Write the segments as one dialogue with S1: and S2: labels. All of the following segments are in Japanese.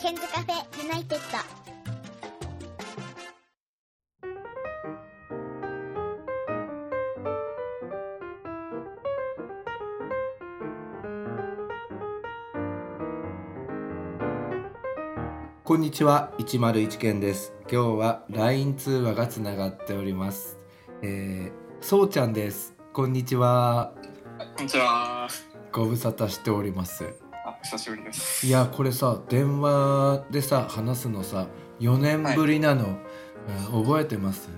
S1: ケンズカフェユナイテッド。
S2: こんにちは101件です今日は LINE 通話がつながっておりますえー、そうちゃんですこんにちは
S3: こんにちは。
S2: ご無沙汰しております
S3: あ、久しぶりです。
S2: いやこれさ電話でさ話すのさ4年ぶりなの、うん覚えてます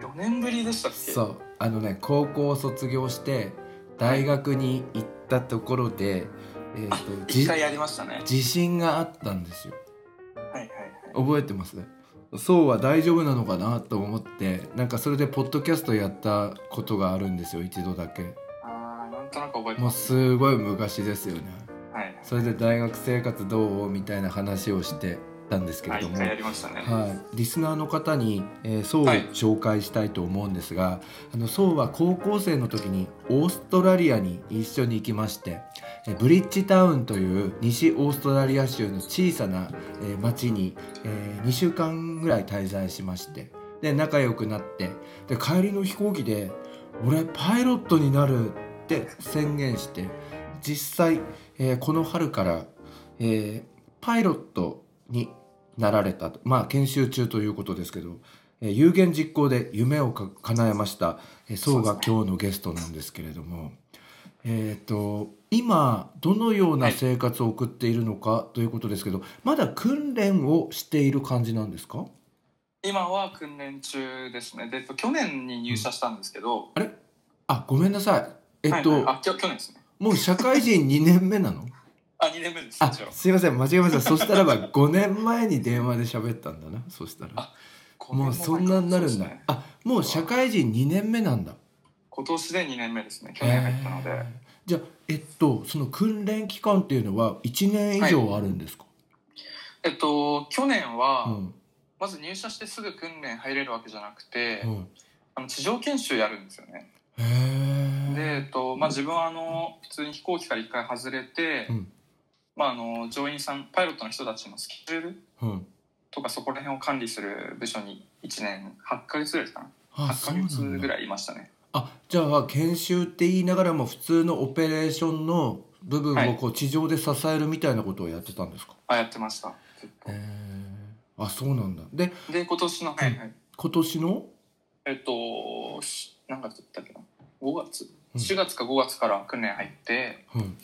S3: 4年ぶりでしたっけ。
S2: そうあのね高校を卒業して大学に行ったところで、えー
S3: あ
S2: と、
S3: 一
S2: じ
S3: 回やりましたね。
S2: 地震があったんですよ
S3: はいはいはい。
S2: 覚えてますそうは大丈夫なのかなと思ってなんかそれでポッドキャストやったことがあるんですよ一度だけ
S3: あー、なんとなく覚えて
S2: もう
S3: ます。
S2: すごい昔ですよね
S3: はい。
S2: それで大学生活どうみたいな話をしてたんですけれ
S3: はい、
S2: ど
S3: 一
S2: も、
S3: 回やりましたね。
S2: はい、リスナーの方に、えー、ソウを
S3: はい
S2: 紹介したいと思うんですが、あのソウは高校生の時にオーストラリアに一緒に行きましてえーブリッジタウンという西オーストラリア州の小さな、えー町に、え2週間ぐらい滞在しましてで仲良くなってで帰りの飛行機で「俺パイロットになる」って宣言して実際、えーこの春から、えーパイロットになられたとまあ研修中ということですけど、えー有言実行で夢をか叶えました、えー、そうが今日のゲストなんですけれども、えっ、と今どのような生活を送っているのかということですけど、まだ訓練をしている感じなんですか
S3: 今は訓練中ですね。で、去年に入社したんですけど。
S2: あれあごめんなさいえっと、
S3: はいはい、あ、きょ去年ですね。
S2: もう社会人2年目なの
S3: あ、二年目です。
S2: あ
S3: 一応
S2: すいません間違えましたそしたらば5年前に電話で喋ったんだなそしたら
S3: あ五
S2: も
S3: 年も
S2: う
S3: 前か
S2: そんなになる
S3: そ
S2: ん
S3: う
S2: だ、
S3: ですね
S2: あもう社会人2年目なんだ
S3: 今年で二年目ですね。去年入ったので。
S2: えーじゃあえっとその訓練期間っていうのは1年以上あるんですか、
S3: えっと、去年は、
S2: うん
S3: まず入社してすぐ訓練入れるわけじゃなくて、
S2: うん、
S3: あの地上研修やるんですよね。
S2: へ
S3: で、
S2: え
S3: えっとまあ、自分はあの普通に飛行機から一回外れて、
S2: うん
S3: まあ、あの乗員さんパイロットの人たちのスケジュール
S2: うん
S3: とかそこら辺を管理する部署に1年8ヶ月ぐらいですかね
S2: あ
S3: 8
S2: そ
S3: ヶ
S2: うな
S3: 月
S2: ん
S3: ぐ
S2: だ
S3: らいいましたね
S2: あじゃあ研修って言いながらも普通のオペレーションの部
S3: は
S2: 分を
S3: い
S2: こう地上で支えるみたいなことをやってたんですか、
S3: あやってましたずっ
S2: へえあそうなんだで
S3: とで今年の、はいはい、
S2: 今年の
S3: えっとし何月だったっけな5月
S2: うん
S3: 4月か5月から訓練入って
S2: うん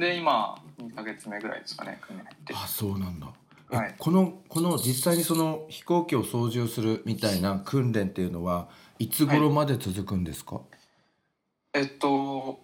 S3: で今2ヶ月目ぐらいですかね訓練入って
S2: あそうなんだ、え
S3: はい
S2: このこの実際にその飛行機を操縦するみたいな訓練っていうのはいつ頃まで続くんですか、
S3: えっと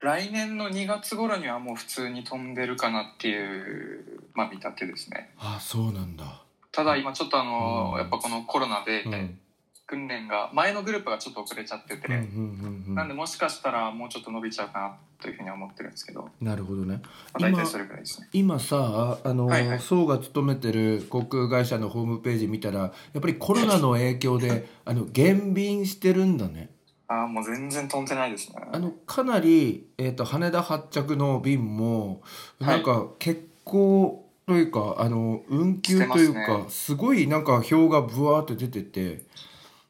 S3: 来年の2月頃にはもう普通に飛んでるかなっていう、まあ、見立てですね
S2: あそうなんだ、
S3: ただ今ちょっとあの、
S2: うん
S3: やっぱこのコロナで
S2: うん
S3: 訓練が前のグループがちょっと遅れちゃってて、
S2: うんうんうん
S3: なんでもしかしたらもうちょっと伸びちゃうかなというふうに思ってるんですけど、ま
S2: なるほどね
S3: あ、
S2: 今
S3: 大体それぐらいですね
S2: 今さあの、
S3: はいはい
S2: 宋が勤めてる航空会社のホームページ見たらやっぱりコロナの影響 であの減便してるんだね
S3: ああもう全然飛んでないですね
S2: あのかなり、えー、と羽田発着の便もなんか欠航というか、あの運休という
S3: して
S2: か,、
S3: ます
S2: ごいなんか表がぶわーって出てて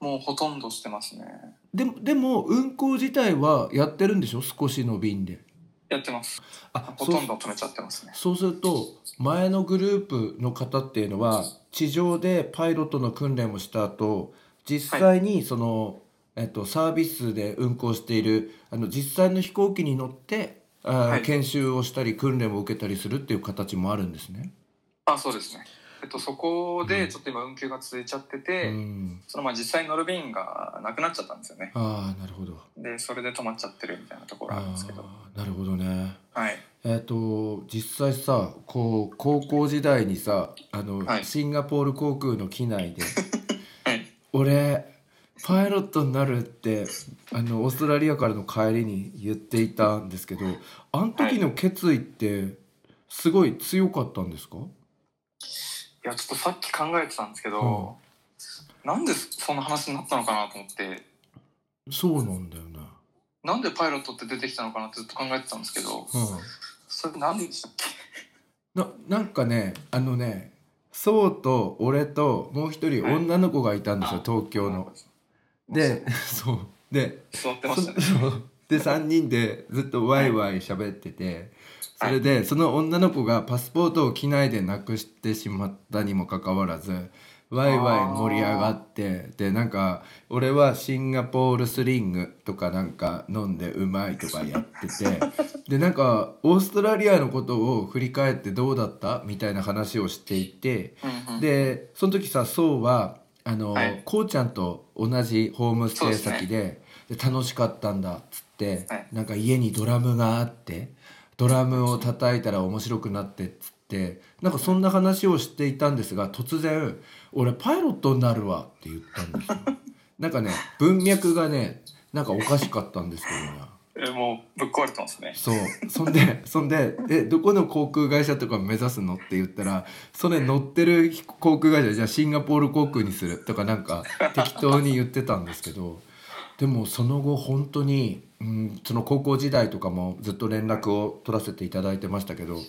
S3: もうほとんどしてますね
S2: でもでも運航自体はやってるんでしょ少しの便で。
S3: やってます
S2: あ
S3: ほとんど止めちゃってますね
S2: そうすると前のグループの方っていうのは地上でパイロットの訓練をした後実際にその、えっと、サービスで運航しているあの実際の飛行機に乗ってあー、
S3: はい
S2: 研修をしたり訓練を受けたりするっていう形もあるんですね。
S3: あそうですねえっとそこでちょっと今運休が続いちゃってて、
S2: うん、
S3: そのまあ実際に乗る便がなくなっちゃったんですよね
S2: ああなるほど。
S3: でそれで止まっちゃってるみたいなところあるん
S2: あ
S3: ですけど
S2: あなるほどね。
S3: はい
S2: えっと実際さこう高校時代にさあの、
S3: はい
S2: シンガポール航空の機内で
S3: はい
S2: 俺パイロットになるってあのオーストラリアからの帰りに言っていたんですけどあの時の決意ってすごい強かったんですか、
S3: いやちょっとさっき考えてたんですけ
S2: うん
S3: ど、なんでそんな話になったのかなと思って
S2: そうなんだよね、
S3: なんでパイロットって出てきたのかなってずっと考えてたんですけど、
S2: うん、
S3: それなんでしたっけ
S2: ななんかねあのねそうと俺ともう一人
S3: はい
S2: 女の子がいたんですよ、
S3: あ
S2: 東京の。で そうで
S3: 座ってましたね
S2: そ そうで3人でずっとワイワイ喋ってて、
S3: はい
S2: それでその女の子がパスポートを機内でなくしてしまったにもかかわらずワイワイ盛り上がってでなんか俺はシンガポールスリングとかなんか飲んでうまいとかやっててでなんかオーストラリアのことを振り返ってどうだったみたいな話をしていて。
S3: うんうん
S2: でその時さそうはあの、
S3: はい
S2: こうちゃんと同じホームステイ先で,、で楽しかったんだっつって、
S3: はい
S2: なんか家にドラムがあってドラムを叩いたら面白くなってっつってなんかそんな話をしていたんですが突然「俺パイロットになるわ」って言ったんです よ。なんかね文脈がねなんかおかしかったんですけどね。
S3: えもうぶっ壊れてますね
S2: そうそんでそんで「えどこの航空会社とか目指すの?」って言ったら「それ乗ってる飛行航空会社じゃあシンガポール航空にする」とかなんか適当に言ってたんですけどでもその後本当に、うん、その高校時代とかもずっと連絡を取らせていただいてましたけど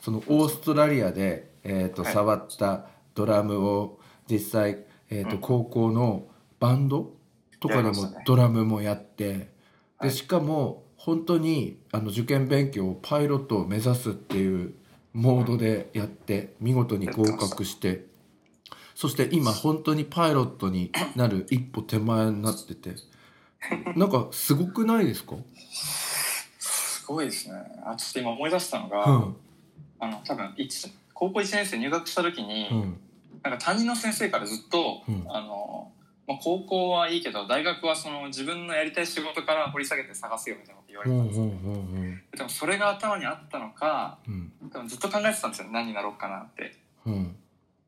S2: そのオーストラリアで、えーと
S3: はい
S2: 触ったドラムを実際、えーと
S3: うん
S2: 高校のバンドとかで
S3: やりま
S2: も
S3: したね
S2: ドラムもやって。
S3: は
S2: で
S3: い
S2: しかも本当にあの受験勉強をパイロットを目指すっていうモードでやって見事に合格してそして今本当にパイロットになる一歩手前になっててなんかすごくないですか、
S3: すごいですねあちょっと今思い出したのが、
S2: うん
S3: あの多分一高校1年生入学した時に、
S2: うん
S3: なんか担任の先生からずっと、
S2: うん
S3: あのまあ、高校はいいけど大学はその自分のやりたい仕事から掘り下げて探すよみたいなこと言わ
S2: うん
S3: れて
S2: う
S3: た
S2: ん
S3: んです
S2: う
S3: よ、
S2: ん
S3: でもそれが頭にあったのか
S2: うん
S3: 多分ずっと考えてたんですよ何になろうかなって
S2: うん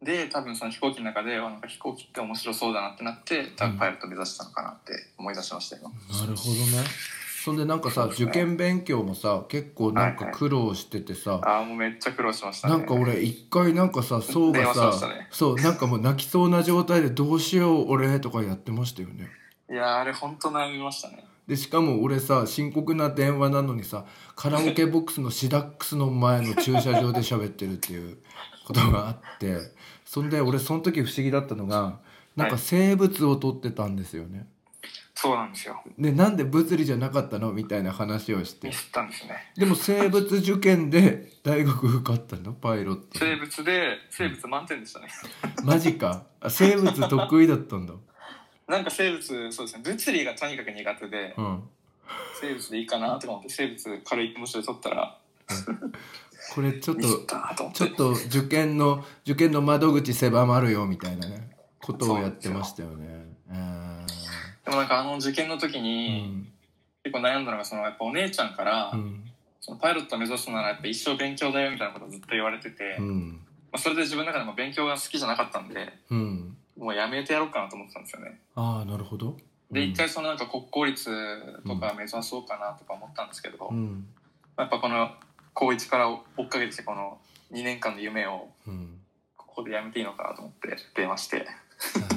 S3: で多分その飛行機の中であなんか飛行機って面白そうだなってなって多分パイロット目指したのかなって思い出しました今、
S2: なるほどねそんでなんかさ受験勉強もさ結構なんか苦労しててさ、
S3: ああもうめっちゃ苦労しましたね
S2: なんか俺一回なんかさそう
S3: 電
S2: が
S3: 話しまし
S2: さ、
S3: たね
S2: そうなんかもう泣きそうな状態で「どうしよう俺」とかやってましたよね
S3: いやーあれ本当悩みましたね
S2: でしかも俺さ深刻な電話なのにさカラオケボックスのシダックスの前の駐車場で喋ってるっていう ことがあってそんで俺その時不思議だったのがなんか生物を撮ってたんですよね。
S3: そうなんですよ
S2: でなんで物理じゃなかったのみたいな話をして
S3: ミスったんですね
S2: でも生物受験で大学受かったのパイロット
S3: 生物で生物満点でしたね
S2: マジかあ生物得意だったんだ
S3: なんか生物そうですね物理がとにかく苦手で
S2: うん
S3: 生物でいいかなとか思って生物軽い気持ちで取ったら
S2: これちょっ
S3: ミスっ
S2: と
S3: たなと思っ
S2: ち
S3: て
S2: ょっと受験の受験の窓口狭まるよみたいなねことをやってましたよね。うん
S3: でもなんかあの受験の時
S2: う
S3: に
S2: ん
S3: 結構悩んだのがそのやっぱお姉ちゃんから、
S2: うん
S3: そのパイロット目指すならやっぱ一生勉強だよみたいなことをずっと言われてて、
S2: う
S3: ま
S2: ん
S3: あ、それで自分の中でも勉強が好きじゃなかったんで
S2: うん
S3: もうやめてやろうかなと思ってたんですよね
S2: ああなるほど。
S3: で
S2: うん
S3: 一回そのなんか国公立とか目指そうかなとか思ったんですけど、
S2: うん
S3: やっぱこの高1から追っかけてきたこの2年間の夢を
S2: うん
S3: ここでやめていいのかなと思って電話して、
S2: あ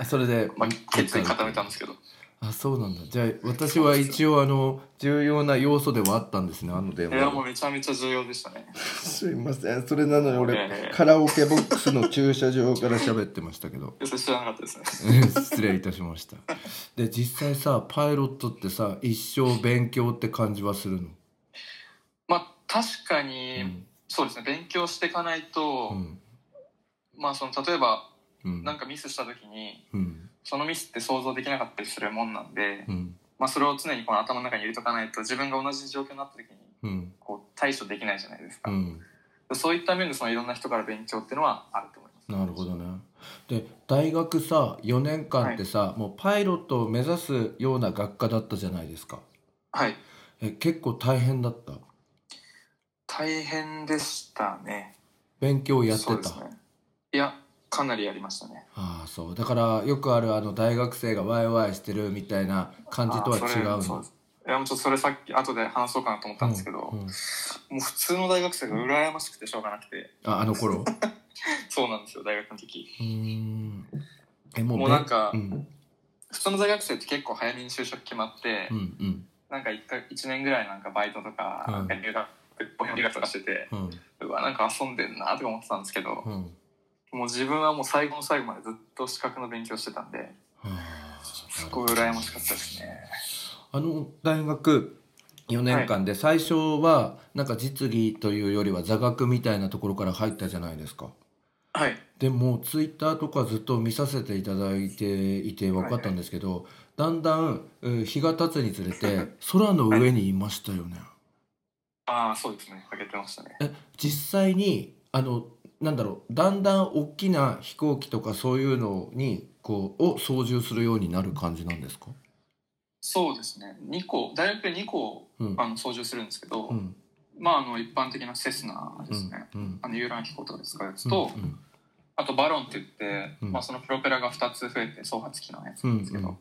S2: ーあそれで
S3: まあ、決意固めたんですけど
S2: あそうなんだじゃあ私は一応あの重要な要素ではあったんですねあの電
S3: いやもう
S2: 話
S3: めちゃめちゃ重要でしたね
S2: すいませんそれなのに
S3: いやいやい
S2: 俺
S3: や
S2: カラオケボックスの駐車場から喋ってましたけど
S3: それ知らなかったですね
S2: 失礼いたしましたで実際さパイロットってさ一生勉強って感じはするの、
S3: まあ確か
S2: う
S3: に、
S2: ん
S3: そうですね勉強していかないと、
S2: うん
S3: まあその例えば
S2: うん
S3: なんかミスした時に
S2: うん
S3: そのミスって想像できなかったりするもんなんで、
S2: うん
S3: まあ、それを常にこの頭の中に入れとかないと自分が同じ状況になった時に
S2: うん
S3: こう対処できないじゃないです
S2: う
S3: か、
S2: ん
S3: そういった面でそのいろんな人から勉強っていうのはあると思います
S2: なるほどねで大学さ4年間ってさ、もうパイロットを目指すような学科だったじゃないですか
S3: はい
S2: え結構大変だった
S3: 大変でしたね
S2: 勉強やって
S3: そうで
S2: た、
S3: すねいやかなりやりましたね
S2: ああそうだからよくあるあの大学生がワイワイしてるみたいな感じとは
S3: あー
S2: 違うの
S3: それそうですいやもうちょっとそれさっき後で話そうかなと思ったんですけど、
S2: うんうん
S3: もう普通の大学生が羨ましくてしょうがなくて
S2: ああの頃う
S3: そうなんですよ大学の時
S2: ーんえも
S3: もうなんか
S2: うん
S3: 普通の大学生って結構早めに就職決まって、
S2: うんうん
S3: なんか 1, か1年ぐらいなんかバイトとか
S2: うん
S3: なんか留学、留学とかしてて
S2: うん
S3: うわなんか遊んでんなとか思ってたんですけど
S2: うんは
S3: もう自分はもう最後の最後までずっと資格の勉強してたんで
S2: あ
S3: すごい羨ましかったですね
S2: あの大学4年間で最初はなんか実技というよりは座学みたいなところから入ったじゃないですか。
S3: はい
S2: でもツイッターとかずっと見させていただいていて分かったんですけど、だんだんうん日が経つにつれて空の上にいましたよね。
S3: ああそうですねかけてましたね
S2: え実際にあのなんだろうだんだん大きな飛行機とかそういうのにこうを操縦するようになる感じなんですか、
S3: そうですね2個大学で2個
S2: うん
S3: あの操縦するんですけど、
S2: うん
S3: まああの一般的なセスナー
S2: う
S3: ですね、
S2: んうん
S3: あの遊覧飛行とかで使うやつと、
S2: うん
S3: あとバロンって言って、
S2: うん
S3: まあ、そのプロペラが2つ増えて総発機のやつ
S2: うんう
S3: なんんですけど、ま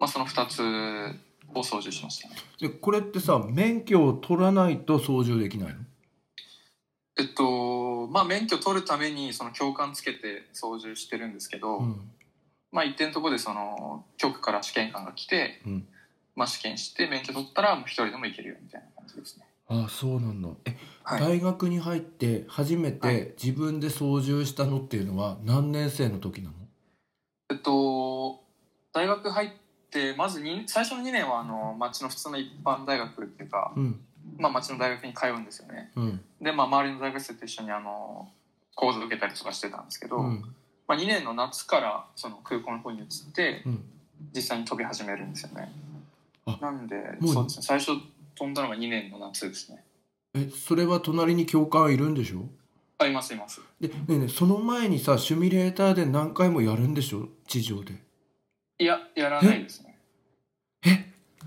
S3: あ、その2つを操縦しましたね
S2: でこれってさ免許を取らないと操縦できないの
S3: えっとまあ免許取るためにその教官つけて操縦してるんですけど、
S2: うん
S3: まあ一定のところでその局から試験官が来て、
S2: うん
S3: まあ、試験して免許取ったらもう一人でも行けるよみたいな感じですね
S2: ああそうなんだえ、
S3: はい
S2: 大学に入って初めて自分で操縦したのっていうのは何年生の時なの
S3: えっと大学入ってまずに最初の2年はあの町の普通の一般大学っていうか、
S2: うん
S3: まあ、町の大学に通うんですよね
S2: うん
S3: で、まあ、周りの大学生と一緒にあの講座を受けたりとかしてたんですけど、
S2: うん
S3: まあ、2年の夏からその空港の方に移って
S2: うん
S3: 実際に飛び始めるんですよね
S2: あ
S3: なんで
S2: もう
S3: そうですね最初飛んだのが2年の夏ですね
S2: えそれは隣に教官いるんでしょ
S3: あいますいます
S2: でねえねえその前にさシミュレーターで何回もやるんでしょ地上で
S3: いややらないですねあ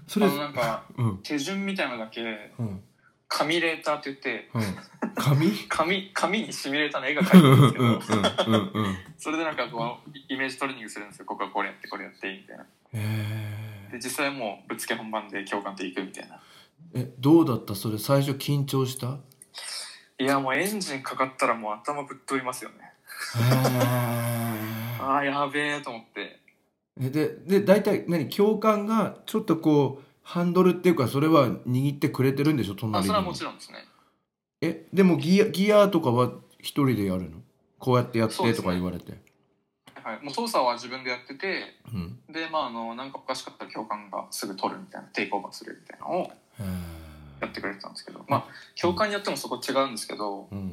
S2: それ
S3: のなんか
S2: うん
S3: 手順みたいなのだけ
S2: うん
S3: 紙レーターって言って
S2: うん 紙
S3: 紙紙にシミュレーターの絵が
S2: う
S3: 描い
S2: ん
S3: て
S2: う
S3: るんで
S2: ん
S3: すけ
S2: う
S3: ど、
S2: んうんうん
S3: それでなんかこうイメージトレーニングするんですよここはこれやってこれやってみたいな
S2: へ
S3: で実際もうぶっつけ本番で教官と行くみたいな
S2: ええどうだったそれ最初緊張した
S3: いやもうエンジンかかったらもう頭ぶっ飛びますよね
S2: あ
S3: あーやべえと思って
S2: ーえでで大体何教官がちょっとこうハンドルっていうかそれは握ってくれてるんでしょ
S3: あ
S2: 隣
S3: そ
S2: に
S3: れはも
S2: も
S3: ちろんですね
S2: えでもギアギアとかは一人でやるのこうやってやって
S3: そうです
S2: と
S3: ね
S2: か言われて
S3: はい、もう操作は自分でやってて
S2: うん
S3: でまああのなんかおかしかったら教官がすぐ取るみたいなテイクオーバーするみたいなのを
S2: へ
S3: やってくれてたんですけどまあ教官によってもそこ違うんですけど、
S2: ーうん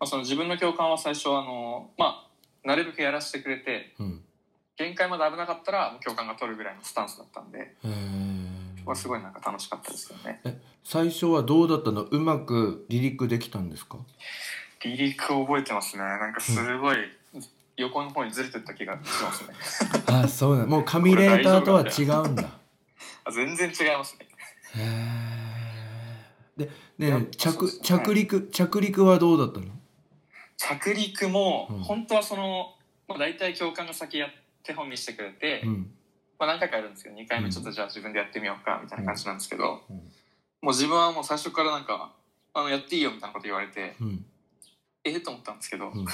S3: まあ、その自分の教官は最初あのまあなるべくやらせてくれて
S2: うん
S3: 限界まで危なかったらもう教官が取るぐらいのスタンスだったんで、
S2: へ
S3: ま
S2: ー
S3: あ、すごいなんか楽しかったですよね
S2: 最初はどうだったのうまく離陸できたんですか
S3: 離陸覚えてますねなんかすごい横の方にずれてった気がしますね
S2: あそうなのもう紙レーターとは違うんだ
S3: あ全然違いますね
S2: へえでね
S3: や
S2: え
S3: っぱそう
S2: 着
S3: ですね
S2: 着陸着陸はどうだったの
S3: 着陸も
S2: うん
S3: 本当はその、まあ、大体教官が先や手本見してくれて、
S2: うん
S3: まあ、何回かやるんですけど2回
S2: う
S3: 目
S2: ん
S3: ちょっとじゃあ自分でやってみようかみたいな感じなんですけど、
S2: うん
S3: もう自分はもう最初からなんかあのやっていいよみたいなこと言われて
S2: うん
S3: ええと思ったんですけど、
S2: うん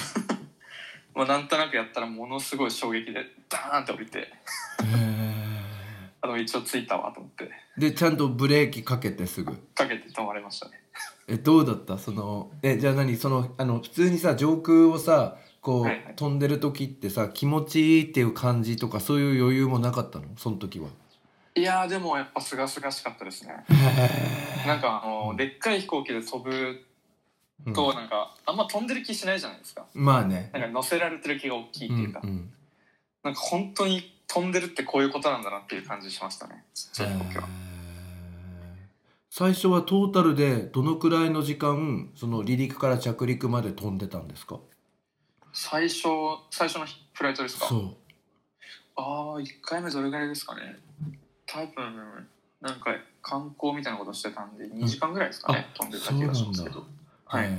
S3: まあなんとなくやったらものすごい衝撃でダーンって降りて
S2: へ
S3: あの一応着いたわと思って
S2: ーでちゃんとブレーキかけてすぐ
S3: かけて止まれましたね
S2: えどうだったそのえじゃあ何そのあの普通にさ上空をさこう、
S3: はいはい
S2: 飛んでる時ってさ気持ちいいっていう感じとかそういう余裕もなかったのその時はい
S3: やーでもやっぱすがすがしかったですねなんかあの、でっかい飛行機で飛ぶ
S2: うん
S3: となんかあんま飛んでる気しないじゃないですか
S2: まあね
S3: なんか乗せられてる気が大きいっていうか、
S2: うんうん
S3: なんか本当に飛んでるってこういうことなんだなっていう感じしましたねちっちゃい飛行機は
S2: へー最初はトータルでどのくらいの時間その離陸から着陸まで飛んでたんですか
S3: 最初最初のフライトですか
S2: そう
S3: ああ1回目どれぐらいですかね多分なんか観光みたいなことしてたんで2時間ぐらいですかね、飛んでた気がしますけ
S2: そう
S3: どは
S2: へ
S3: い
S2: ー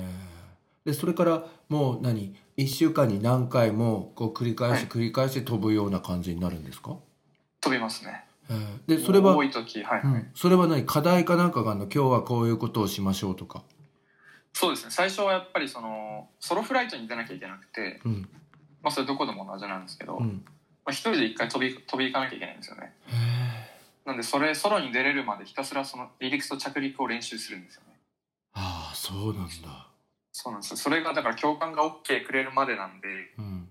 S2: でそれからもう何1週間に何回もこう繰り返し
S3: はい
S2: 繰り返し飛ぶような感じになるんですか、
S3: 飛びますね
S2: へーでそれは、
S3: 多い時はい、
S2: うんそれは何課題かなんかがあるの今日はこういうことをしましょうとか、
S3: そうですね最初はやっぱりそのソロフライトに出なきゃいけなくて
S2: うん
S3: まあそれどこでも同じなんですけど、
S2: う
S3: ま
S2: ん、
S3: あ、一人で一回飛び飛び行かなきゃいけないんですよね
S2: へー
S3: なんでそれソロに出れるまでひたすらその離陸と着陸を練習するんですよね
S2: ああそうなんだ
S3: そうなんですよそれがだから教官が OK くれるまでなんで
S2: うん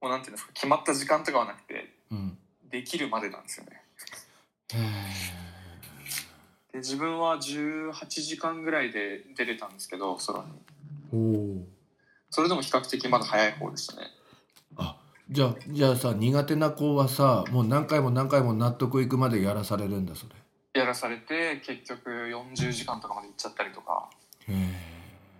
S3: もうなんていうんですか決まった時間とかはなくて
S2: うん
S3: できるまでなんですよね
S2: へー
S3: で自分は18時間ぐらいで出れたんですけど空に
S2: おお
S3: それでも比較的まだ早い方でしたね
S2: じゃあじゃあさ苦手な子はさもう何回も何回も納得いくまでやらされるんだそれ
S3: やらされて結局40時間とかまで行っちゃったりとか
S2: へ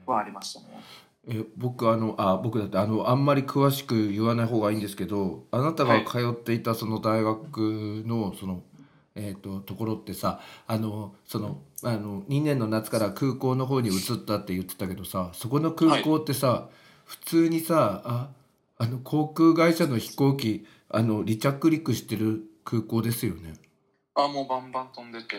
S2: ー
S3: はありましたね
S2: え僕あのあ僕だってあのあんまり詳しく言わない方がいいんですけどあなたが
S3: はい
S2: 通っていたその大学のその、えー、とところってさあのそのあの2年の夏から空港の方に移ったって言ってたけどさそこの空港ってさ、普通にさああの航空会社の飛行機あの離着陸してる空港ですよね。
S3: あもうバンバン飛んでて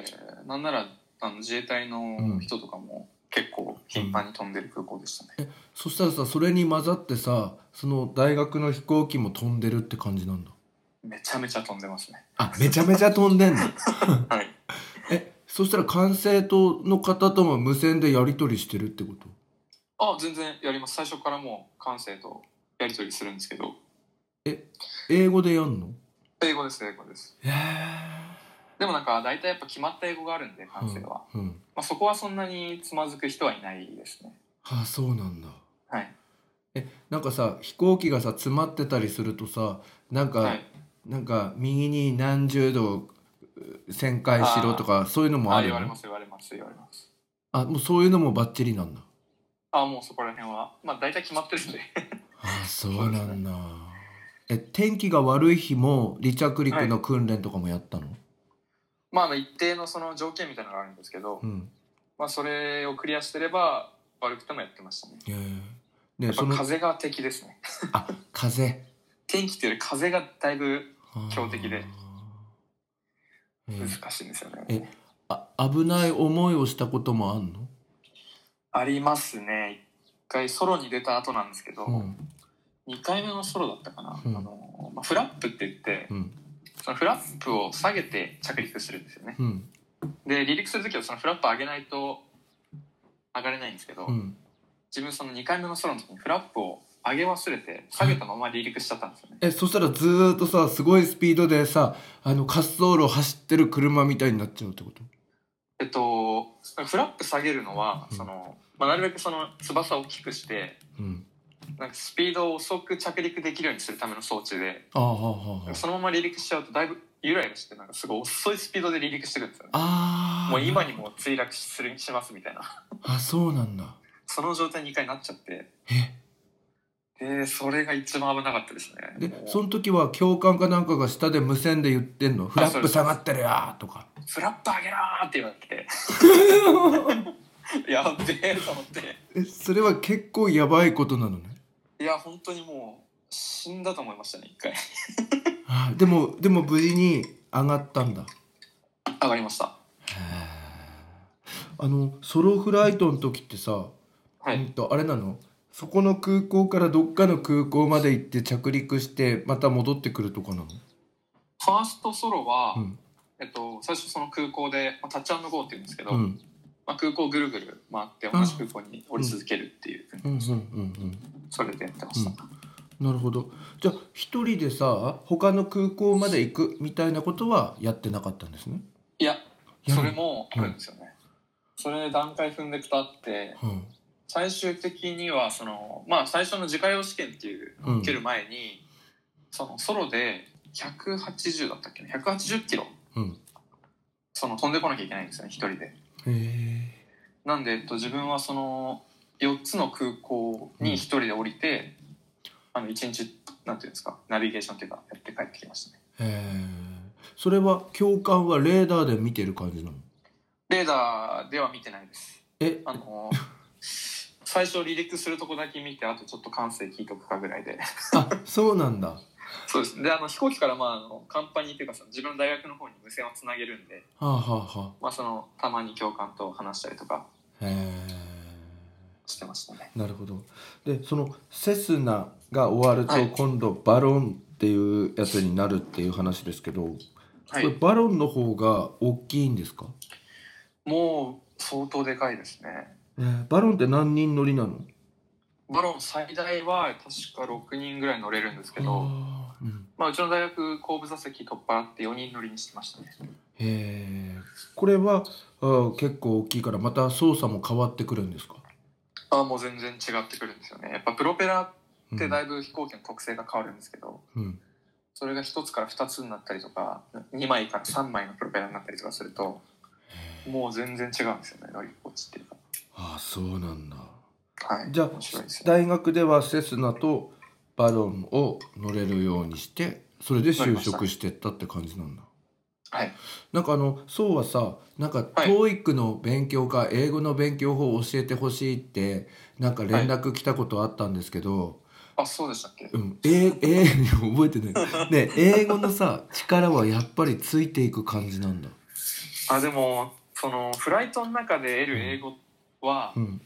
S3: なんならあの自衛隊の人とかも結構頻繁に飛んでる空港でしたね、
S2: そしたらさそれに混ざってさその大学の飛行機も飛んでるって感じなんだ。
S3: めちゃめちゃ飛んでますね
S2: あめちゃめちゃ飛んでんの
S3: はい
S2: えそしたら管制塔の方とも無線でやり取りしてるってこと
S3: あ全然やります最初からもう感性とやり取りするんですけど
S2: 英語でやんの
S3: 英語です英語です
S2: へ
S3: でもなんか大体やっぱ決まった英語があるんで感性は、ま
S2: え、うん、
S3: あ、そこはそんなにつまずく人はいないですね
S2: あそうなんだ
S3: はい
S2: なんかさ飛行機がさ詰まってたりするとさなんか、
S3: はい
S2: なんか右に何十度う旋回しろとかそういうのも
S3: あ
S2: ある
S3: 言わ
S2: よ
S3: れま
S2: ね
S3: す言われます言われます
S2: あもうそういうのもバッチリなんだ
S3: あもうそこら辺はまあ大体決まってるんで
S2: あそうなんだえ天気が悪い日も離着陸の訓練とかもやったの、
S3: まああの一定のその条件みたいなのがあるんですけど、
S2: うん
S3: まあ、それをクリアしてれば悪くてもやってましたね
S2: へえで
S3: やっぱ
S2: その
S3: 風が敵ですね
S2: あ風
S3: 天気っていうより風がだいぶ強敵で
S2: あー。
S3: 難しいんですよね、
S2: ええあ危ない思いをしたこともあんの？
S3: ありますね一回ソロに出た後なんですけど、
S2: うん
S3: 二2回目のソロだったかな、
S2: うん
S3: あのまあ、フラップって言って
S2: うん
S3: そのフラップを下げて着陸するんですよね
S2: うん
S3: で離陸する時はそのフラップ上げないと上がれないんですけど、
S2: うん。
S3: 自分その2回目のソロの時にフラップを上げ忘れて下げたまま離陸しちゃったんですよね
S2: えそしたらずーっとさすごいスピードでさあの滑走路を走ってる車みたいになっちゃうってこと？
S3: えっとフラップ下げるのは
S2: うん
S3: その、まあ、なるべくその翼を大きくして
S2: うん。
S3: なんかスピードを遅く着陸できるようにするための装置で
S2: あーはーはーはー
S3: そのまま離陸しちゃうとだいぶゆらゆらしてなんかすごい遅いスピードで離陸してくるんですよね
S2: あー。
S3: もう今にも墜落するしますみたいな
S2: あそうなんだ。
S3: その状態に1回なっちゃって
S2: え
S3: でそれが一番危なかったですね
S2: で
S3: もう
S2: その時は教官かなんかが下で無線で言ってんのフラップ下がってるやーとか。
S3: フラップ上げろーって言われ てやっべえと思って
S2: えそれは結構やばいことなのね。
S3: いや本当にもう死んだと思いましたね一回
S2: あーでもでも無事に上がったんだ。
S3: 上がりました
S2: あのソロフライトの時ってさ、
S3: は
S2: うん
S3: い
S2: とあれなのそこの空港からどっかの空港まで行って着陸してまた戻ってくるとかなの、
S3: ファーストソロは、
S2: うん
S3: えっと、最初その空港で、まあ、タッチゴーっていうんですけど、
S2: うん、
S3: まあ、空港をぐるぐる回って同じ空港に降り続けるっていう、
S2: うんうんうん
S3: それでやってました、
S2: うんうんなるほどじゃあ一人でさ他の空港まで行くみたいなことはやってなかったんですね
S3: いや
S2: や
S3: それもあるんですよね、それ段階踏んでくとあって
S2: うん
S3: 最終的にはそのまあ最初の自家用試験っていう
S2: うん
S3: 受ける前に、そのソロで180だったっけね180キロ
S2: うん
S3: その飛んでこなきゃいけないんですよね一人で。
S2: へえ
S3: なんで、えっと、自分はその4つの空港に1人で降りて、あの1日なんていうんですかナビゲーションっていうかやって帰ってきましたね
S2: へえそれは教官はレーダーで見てる感じなの
S3: レーダーでは見てないです
S2: え
S3: あの最初離陸するとこだけ見てあとちょっと感性聞いとくかぐら いで
S2: あそうなんだは
S3: そうですであの飛行機からまああのカンパニーっていうかその自分の大学の方に無線をつなげるんで、
S2: あはあは
S3: まあ、そのたまに教官と話したりとか
S2: あへえ
S3: してましたね
S2: なるほどでそのセスナが終わる
S3: は
S2: と
S3: い
S2: 今度バロンっていうやつになるっていう話ですけど、
S3: は
S2: これ
S3: い
S2: バロンの方が大きいんですか、
S3: もう相当でかいですね
S2: えーバロンって何人乗りなの
S3: バロン最大は確か6人ぐらい乗れるんですけど、
S2: うん、
S3: まあ、うちの大学後部座席取っ払って4人乗りにしてましたね
S2: へえこれはあ結構大きいからまた操作も変わってくるんですか、
S3: ああもう全然違ってくるんですよねやっぱプロペラ
S2: うん、
S3: ってだいぶ飛行機の特性が変わるんですけど
S2: うん
S3: それが1つから2つになったりとか2枚から3枚のプロペラになったりとかするともう全然違うんですよね乗り心地っていうか
S2: ああそうなんだ
S3: はい
S2: じゃあ
S3: 面白いですね
S2: 大学ではセスナとバロンを乗れるようにしてそれで就職してったって感じなんだ
S3: はい
S2: なんかあのそうはさなんか
S3: はい
S2: TOEIC の勉強か英語の勉強法を教えてほしいってなんか連絡来たことあったんですけど、
S3: あそうでしたっけ
S2: うん、ええ 覚えてない。ね英語のさ力はやっぱりついていく感じなんだ。
S3: あでもそのフライトの中で得る英語は
S2: うん。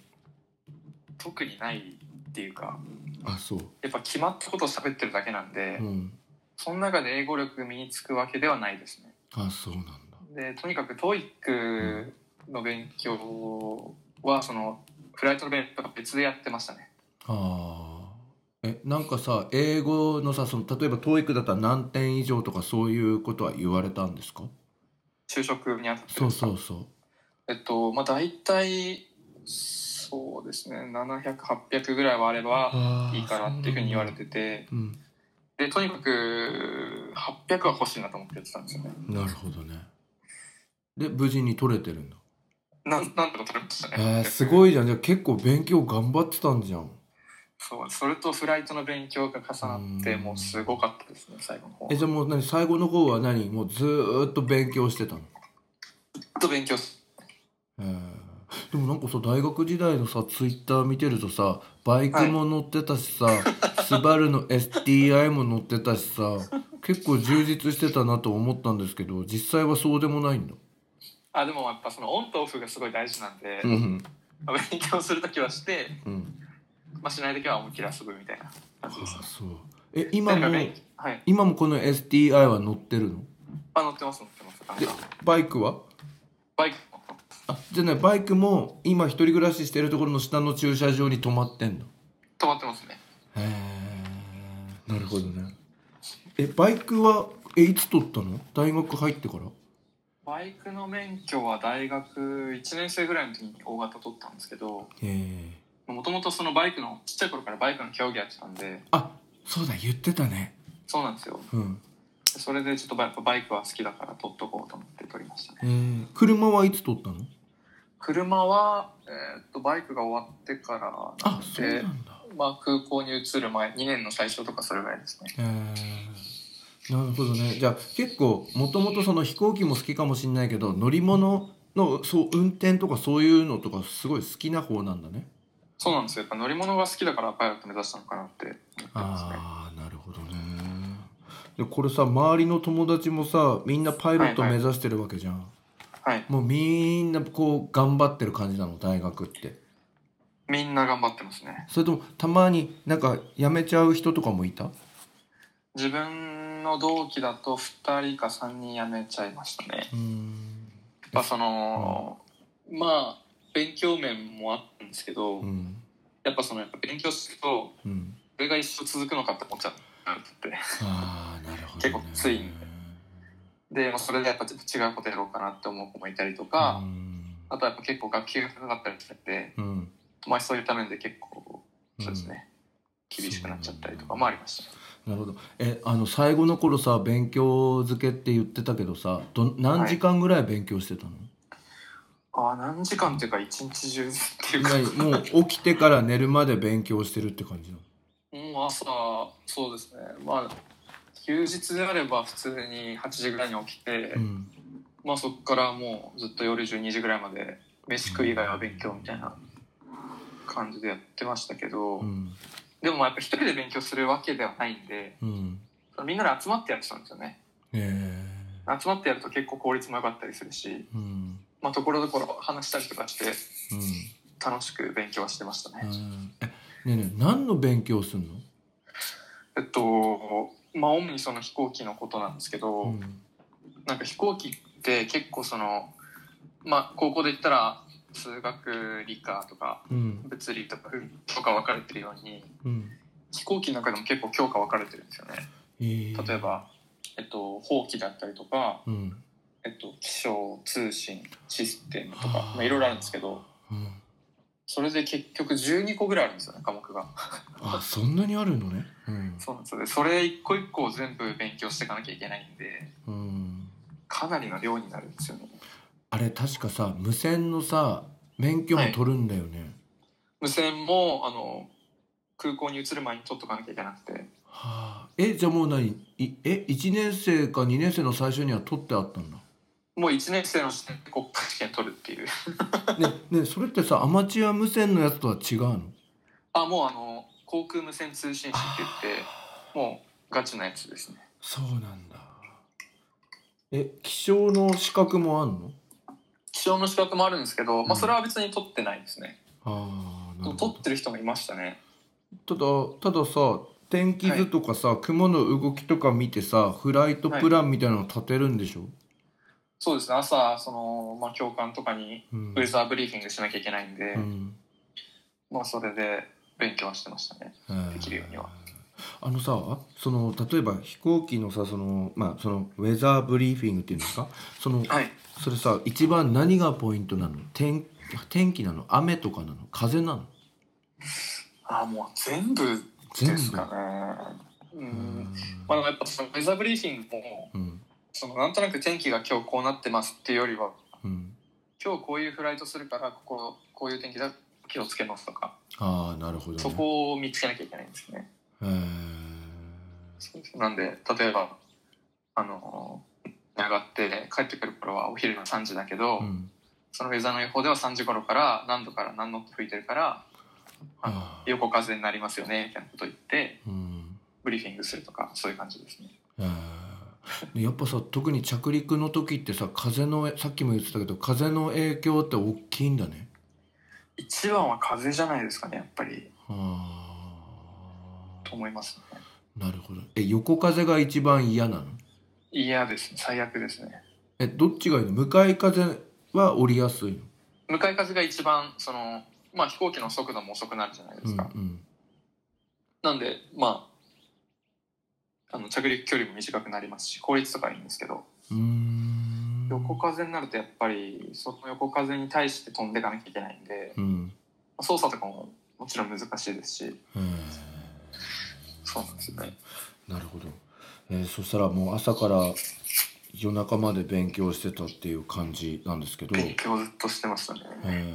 S3: 特にないっていうか
S2: あそう。
S3: やっぱ決まったことを喋ってるだけなんで、
S2: うん。
S3: その中で英語力身につくわけではないですね
S2: あそうなんだ。
S3: でとにかく TOEIC の勉強はそのフライトの勉強とは別でやってましたね
S2: ああ。えなんかさ英語のさその例えば TOEIC だったら何点以上とかそういうことは言われたんですか？
S3: 就職にあたって
S2: そうそうそう。
S3: えっとまあ大体そうですね700800ぐらいはあれば
S2: あー
S3: いいからっていうふうに言われ。てて
S2: そうなんだ
S3: でとにかく800は欲しいなと思ってやってたんですよね
S2: うん。なるほどね。で無事に取れてるんだ。
S3: なんなんとか取れました
S2: え
S3: ね
S2: ー、す
S3: い
S2: ごいじゃん。じゃあ結構勉強頑張ってたんじゃん。
S3: そうそれとフライトの勉強が重なって
S2: うん
S3: もうすごかったですね最後の方
S2: えじゃあもう何最後の方は何もうずーっと勉強してたの、
S3: っと勉強す
S2: えーでもなんかさ大学時代のさツイッター見てるとさバイクも乗ってたしさ、スバルの STI も乗ってたしさ結構充実してたなと思ったんですけど実際はそうでもないんだ、
S3: あでもやっぱそのオンとオフがすごい大事なんで、
S2: うん
S3: まあ勉強するときはして、
S2: うん、
S3: まあ、しないときは思いっきり遊ぶみたいな感じです
S2: あそうえ今
S3: とにか
S2: も
S3: く勉強はい
S2: 今もこの STI は乗ってるの
S3: あ乗ってます乗ってます
S2: でバイクは
S3: バイク
S2: あじゃあねバイクも今一人暮らししてるところの下の駐車場に止まってんの
S3: 止まってますね
S2: へえなるほどねえバイクはえいつ取ったの大学入ってから
S3: バイクの免許は大学1年生ぐらいの時に大型取ったんですけど
S2: へえ
S3: もともとそのバイクのちっちゃい頃からバイクの競技やってたんで
S2: あそうだ言ってたね
S3: そうなんですよ
S2: うん、
S3: それでちょっとバイクバイクは好きだから取っとこうと思って取りましたね
S2: えー、車はいつ取ったの
S3: 車は、えーっとバイクが終わってからな
S2: あ
S3: ん
S2: そうな
S3: で
S2: んだ
S3: まあ、空港に移る前2年の最初とかそれぐらいですね
S2: へえなるほどねじゃあ結構もともとその飛行機も好きかもしんないけど乗り物のそう運転とかそういうのとかすごい好きな方なんだね
S3: そうなんですよやっぱ乗り物が好きだからパイロット目指したのかなって思ってますね
S2: ああなるほどねでこれさ周りの友達もさみんなパイロット
S3: はい
S2: 目
S3: はい
S2: 指してるわけじゃん、
S3: はい
S2: もうみんなこう頑張ってる感じなの大学って
S3: みんな頑張ってますね
S2: それともたまになんか辞めちゃう人とかもいた
S3: 自分の同期だと2人か3人辞めちゃいましたね
S2: うん
S3: やっぱそのまあ勉強面もあったんですけど、
S2: うん
S3: やっぱそのやっぱ勉強すると
S2: うん
S3: それが一生続くのかって思っちゃって
S2: ああなるほど、ね、
S3: 結構ついんでまあそれでやっぱちょっと違うことやろうかなって思う子もいたりとか、
S2: うん
S3: あとやっぱ結構学級が高かったりしてて、
S2: うん
S3: まあ、そういうためで結構
S2: ん
S3: そうですね、厳しくなっちゃったりと
S2: そ
S3: か
S2: う
S3: もありました
S2: なるほどえあの最後の頃さ勉強漬けって言ってたけどさど何時間ぐらい勉強してたの、
S3: ああ何時間っていうか一日中っていうか、
S2: 何もう起きてから寝るまで勉強してるって感じなの
S3: もう朝そうですねまあ休日であれば普通に8時ぐらいに起きて、
S2: うん
S3: まあそこからもうずっと夜12時ぐらいまで飯食い以外は勉強みたいな感じでやってましたけど、
S2: うん
S3: でもまあやっぱ一人で勉強するわけではないんで
S2: うん
S3: みんなで集まってやってたんですよね
S2: え
S3: 集まってやると結構効率も良かったりするし
S2: ー、うん
S3: まあところどころ話したりとかして
S2: うん
S3: 楽しく勉強はしてましたね、
S2: うんえねえねえ何の勉強すんの、
S3: えっとまあ主にその飛行機のことなんですけど、
S2: うん
S3: なんか飛行機って結構そのまあ高校で言ったら数学理科とか
S2: うん
S3: 物理とか文とか分かれてるように
S2: うん
S3: 飛行機の中でも結構教科分かれてるんですよね
S2: えー
S3: 例えば、えっと、法規だったりとか、
S2: うん
S3: えっと、気象通信システムとか
S2: はあ、
S3: まあ、いろいろあるんですけど
S2: うん
S3: それで結局12個ぐらいあるんですよね科目が
S2: あそんなにあるのねうん
S3: そうなんですよでそれ一個一個全部勉強していかなきゃいけないんで
S2: うん
S3: かなりの量になるんですよね
S2: あれ確かさ無線のさ免許も取るんだよね、
S3: 無線もあの空港に移る前に取っとかなきゃいけなくて
S2: はあ、えじゃあもう何いえ1年生か2年生の最初には取ってあったんだ、
S3: もう1年生の時点で国家試験取るっていう
S2: ねねそれってさアマチュア無線のやつとは違う の
S3: あもうあの航空無線通信士って言ってもうガチなやつですね
S2: そうなんだえ気象の資格もあんの
S3: 気象の資格もあるんですけど、
S2: う
S3: ま
S2: ん
S3: あ、それは別に取ってないですね、
S2: ああ
S3: で
S2: な
S3: も
S2: る
S3: 取
S2: ほ
S3: ってる人もいましたね
S2: どただたださ天気図とかさ、雲の動きとか見てさフライトプランみたいなの立てるんでしょ、
S3: そうですね朝その、まあ、教官とかに
S2: うん
S3: ウェザーブリーフィングしなきゃいけないんで、
S2: うん
S3: まあそれで勉強はしてましたねできるようには
S2: あのさその例えば飛行機のさそのまあそのウェザーブリーフィングっていうんですかその
S3: はい
S2: それさ一番何がポイントなの天天気なの雨とかなの風なの
S3: ああもう全部
S2: 全
S3: で
S2: 部
S3: すかねう
S2: うんん
S3: まあ、やっぱそのウェザーブリーフィングも
S2: うん
S3: そのなんとなく天気が今日こうなってますっていうよりは
S2: うん
S3: 今日こういうフライトするからこここういう天気だ気をつけますとか
S2: ああなるほど
S3: そ
S2: ね
S3: こを見つけなきゃいけないんですね。
S2: へ
S3: そうですなんで例えばあの上がって帰ってくる頃はお昼の3時だけど、
S2: ーうん
S3: そのウェザーの予報では3時頃から何度から何ノット吹いてるからあの
S2: あー
S3: 横風になりますよねみたいなこと言って
S2: うん
S3: ブリーフィングするとかそういう感じですね。
S2: へーでやっぱさ特に着陸の時ってさ風のさっきも言ってたけど風の影響って大きいんだね
S3: 一番は風じゃないですかねやっぱり
S2: あ
S3: と思いますね。
S2: ーなるほどえ横風が一番嫌なの
S3: 嫌ですね最悪ですね。
S2: えどっちがいいの向かい風は降りやすいの
S3: 向かい風が一番その、まあ、飛行機の速度も遅くなるじゃないですか、
S2: うんうん
S3: なんでまああの着陸距離も短くなりますし効率とかはいいんですけど
S2: うーん
S3: 横風になるとやっぱりその横風に対して飛んでいかなきゃいけないんで
S2: うん
S3: 操作とかももちろん難しいですし
S2: へー
S3: そうなんですよね
S2: なるほど、えーそしたらもう朝から夜中まで勉強してたっていう感じなんですけど、
S3: 勉強ずっとしてましたね
S2: え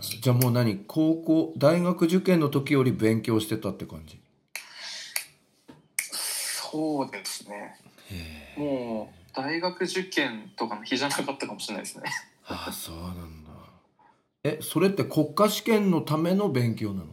S2: ーじゃあもう何高校大学受験の時より勉強してたって感じ
S3: そうですね
S2: へー
S3: もう大学受験とかの日じゃなかったかもしれないですね
S2: ああそうなんだえそれって国家試験のための勉強なの